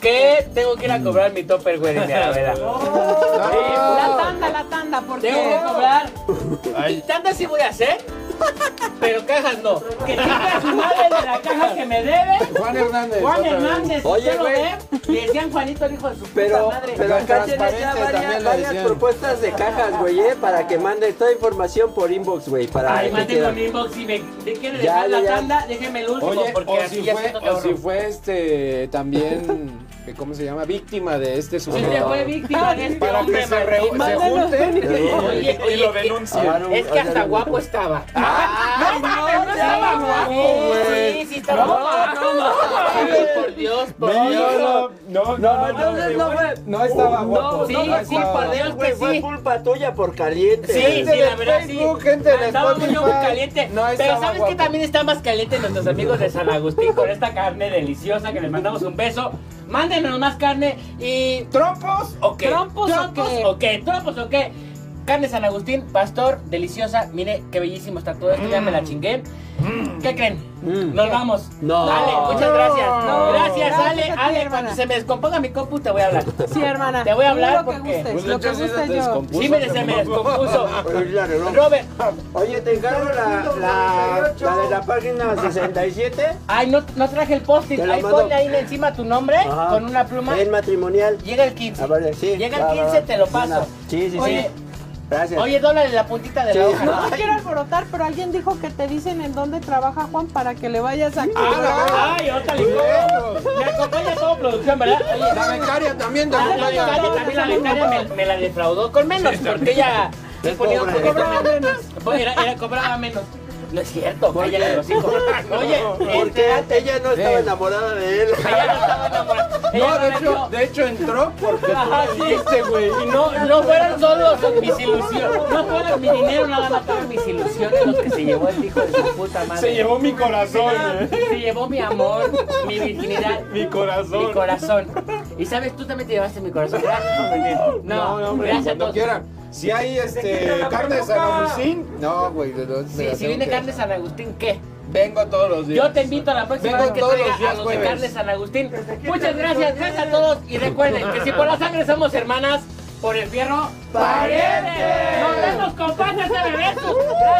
Speaker 1: Que tengo que ir a cobrar mi topper, güey, de la vela.
Speaker 5: La
Speaker 6: No.
Speaker 5: tanda, la tanda, porque...
Speaker 1: Tengo que cobrar. Tantas sí voy a hacer, pero cajas no. Que chinga su madre de la caja que me debe.
Speaker 6: Juan Hernández.
Speaker 1: Juan
Speaker 6: otra vez.
Speaker 1: Hernández,
Speaker 3: Oye,
Speaker 1: usted lo
Speaker 3: güey.
Speaker 1: ve, le decían Juanito el hijo de su puta
Speaker 3: Pero,
Speaker 1: madre.
Speaker 3: pero acá
Speaker 6: Las
Speaker 3: tienes ya
Speaker 6: transparentes también
Speaker 3: varias,
Speaker 6: le
Speaker 3: varias
Speaker 6: decían.
Speaker 3: propuestas de cajas, güey, eh, para que mande toda información por inbox, güey, para
Speaker 1: Ay,
Speaker 3: que
Speaker 1: mándenme
Speaker 3: quieran.
Speaker 1: un inbox si me de- quiere
Speaker 3: Ya,
Speaker 1: dejar la
Speaker 3: ya, ya.
Speaker 1: tanda, déjeme el último
Speaker 6: Oye,
Speaker 1: porque
Speaker 6: o
Speaker 1: así
Speaker 6: si,
Speaker 1: ya
Speaker 6: fue,
Speaker 1: siento que
Speaker 6: o si
Speaker 1: ahorro.
Speaker 6: fue este también, que ¿cómo se llama? Víctima de este
Speaker 1: Si
Speaker 6: sujeto.
Speaker 1: se fue víctima de este
Speaker 6: Para que
Speaker 1: hombre,
Speaker 6: se, re-
Speaker 1: maldito.
Speaker 6: se
Speaker 5: Mándanos
Speaker 6: junten
Speaker 5: un
Speaker 6: y-
Speaker 1: Oye,
Speaker 7: y lo
Speaker 1: oye,
Speaker 7: denuncia.
Speaker 1: Es que hasta guapo estaba.
Speaker 5: Ay, no,
Speaker 1: no
Speaker 5: no,
Speaker 1: estaba
Speaker 5: no,
Speaker 1: guapo, güey. Sí, sí, estaba guapo. No, Ay, por Dios, por
Speaker 7: No,
Speaker 1: Dios.
Speaker 7: no, no, no, no, no,
Speaker 3: Entonces no fue.
Speaker 6: No estaba
Speaker 3: No,
Speaker 6: guapo.
Speaker 1: sí,
Speaker 3: no fue
Speaker 1: sí,
Speaker 3: culpa
Speaker 1: por
Speaker 3: de
Speaker 1: Dios
Speaker 3: él, güey,
Speaker 1: que sí.
Speaker 3: Fue culpa tuya por caliente.
Speaker 1: Sí, sí,
Speaker 6: Gente
Speaker 1: la
Speaker 6: de
Speaker 1: verdad sí.
Speaker 6: Facebook, gente de
Speaker 1: Andaba muy
Speaker 6: Spotify.
Speaker 1: caliente.
Speaker 6: No
Speaker 1: pero
Speaker 6: estaba
Speaker 1: ¿sabes que
Speaker 6: guapo.
Speaker 1: también está más caliente nuestros amigos de San Agustín con esta carne deliciosa que les mandamos un beso? Mándenos más carne y
Speaker 6: ¿Trompos?
Speaker 1: ¿O qué?
Speaker 5: ¿Trompos o qué?
Speaker 1: o qué? ¿Trompos o qué? Carne San Agustín, pastor, deliciosa. Mire qué bellísimo está todo esto. Ya me la chingué. ¿Qué creen?
Speaker 3: Mm.
Speaker 1: Nos vamos.
Speaker 3: No.
Speaker 1: Ale, muchas
Speaker 6: No.
Speaker 1: gracias. Gracias,
Speaker 5: Gracias
Speaker 1: Ale.
Speaker 5: a ti,
Speaker 1: Ale,
Speaker 5: hermana.
Speaker 1: cuando se me descomponga mi compu, te voy a hablar.
Speaker 5: Sí, hermana.
Speaker 1: Te voy a hablar
Speaker 5: Lo que
Speaker 1: porque-
Speaker 5: gustes,
Speaker 6: Pues
Speaker 5: lo que
Speaker 6: entonces
Speaker 5: guste
Speaker 6: te
Speaker 5: yo.
Speaker 6: descompuso,
Speaker 1: Sí, me,
Speaker 6: te
Speaker 1: se me
Speaker 6: mamó.
Speaker 1: descompuso.
Speaker 3: Oye, la regó.
Speaker 1: Robert,
Speaker 3: Oye, te encargo la, la, la de la página 67.
Speaker 1: ay, no, no traje el post-it.
Speaker 3: Te lo
Speaker 1: Ahí
Speaker 3: mando.
Speaker 1: ponle ahí encima tu nombre
Speaker 3: Ajá.
Speaker 1: con una pluma.
Speaker 3: El matrimonial.
Speaker 1: Llega el 15.
Speaker 3: A ver, sí.
Speaker 1: Llega
Speaker 3: va, va,
Speaker 1: el 15,
Speaker 3: va.
Speaker 1: te lo paso.
Speaker 3: Sí, sí, sí.
Speaker 1: Oye,
Speaker 3: Gracias.
Speaker 1: Oye, dólar en la puntita de la
Speaker 3: Sí.
Speaker 1: hoja.
Speaker 5: No te quiero alborotar, pero alguien dijo que te dicen en dónde trabaja Juan para que le vayas a
Speaker 1: Ah, Ay, ahorita le digo. Me acompaña todo producción, ¿verdad? Oye,
Speaker 6: La becaria también te
Speaker 1: Ah, la
Speaker 6: acompaña.
Speaker 1: becaria, también la becaria me, me la defraudó con menos, porque ella sí
Speaker 3: Es
Speaker 1: ponía un
Speaker 3: pobre.
Speaker 1: poquito menos. fue- era, era- cobraba menos. No es cierto,
Speaker 3: ¿Por
Speaker 1: cállate
Speaker 3: qué?
Speaker 1: los hijos. Oye,
Speaker 3: Porque
Speaker 1: entérate,
Speaker 3: ella no estaba
Speaker 6: Sí.
Speaker 3: enamorada de él.
Speaker 1: ella no estaba enamorada. Ella
Speaker 6: No, de
Speaker 1: la
Speaker 6: hecho,
Speaker 1: vio.
Speaker 6: de hecho entró porque tú
Speaker 1: Ajá,
Speaker 6: lo
Speaker 1: sí.
Speaker 6: dijiste, güey.
Speaker 1: Y no, no fueron solo mis ilusiones, no fueron mi dinero, nada más fueron mis ilusiones los que se llevó el hijo de su puta madre.
Speaker 7: Se llevó mi corazón, eh.
Speaker 1: Se llevó mi amor, mi virginidad,
Speaker 7: Mi corazón.
Speaker 1: mi corazón. Y sabes, tú también te llevaste mi corazón. Gracias, hombre. No,
Speaker 6: No, no, hombre,
Speaker 1: gracias a
Speaker 6: cuando
Speaker 1: todos.
Speaker 6: quieran. Si hay este carne de San Agustín, no, güey. no, me
Speaker 1: Sí,
Speaker 6: la
Speaker 1: si
Speaker 6: tengo
Speaker 1: viene
Speaker 6: que-
Speaker 1: Carne San Agustín, ¿qué?
Speaker 6: Vengo todos los días.
Speaker 1: Yo te invito a la próxima
Speaker 6: Vengo
Speaker 1: vez que
Speaker 6: todos
Speaker 1: traiga
Speaker 6: los días
Speaker 1: a los de
Speaker 6: jueves.
Speaker 1: Carne San Agustín. Muchas gracias, gracias a todos. Y recuerden que si por la sangre somos hermanas, por el fierro,
Speaker 6: ¡Parientes!
Speaker 1: ¡Nos vemos, compadres de besos!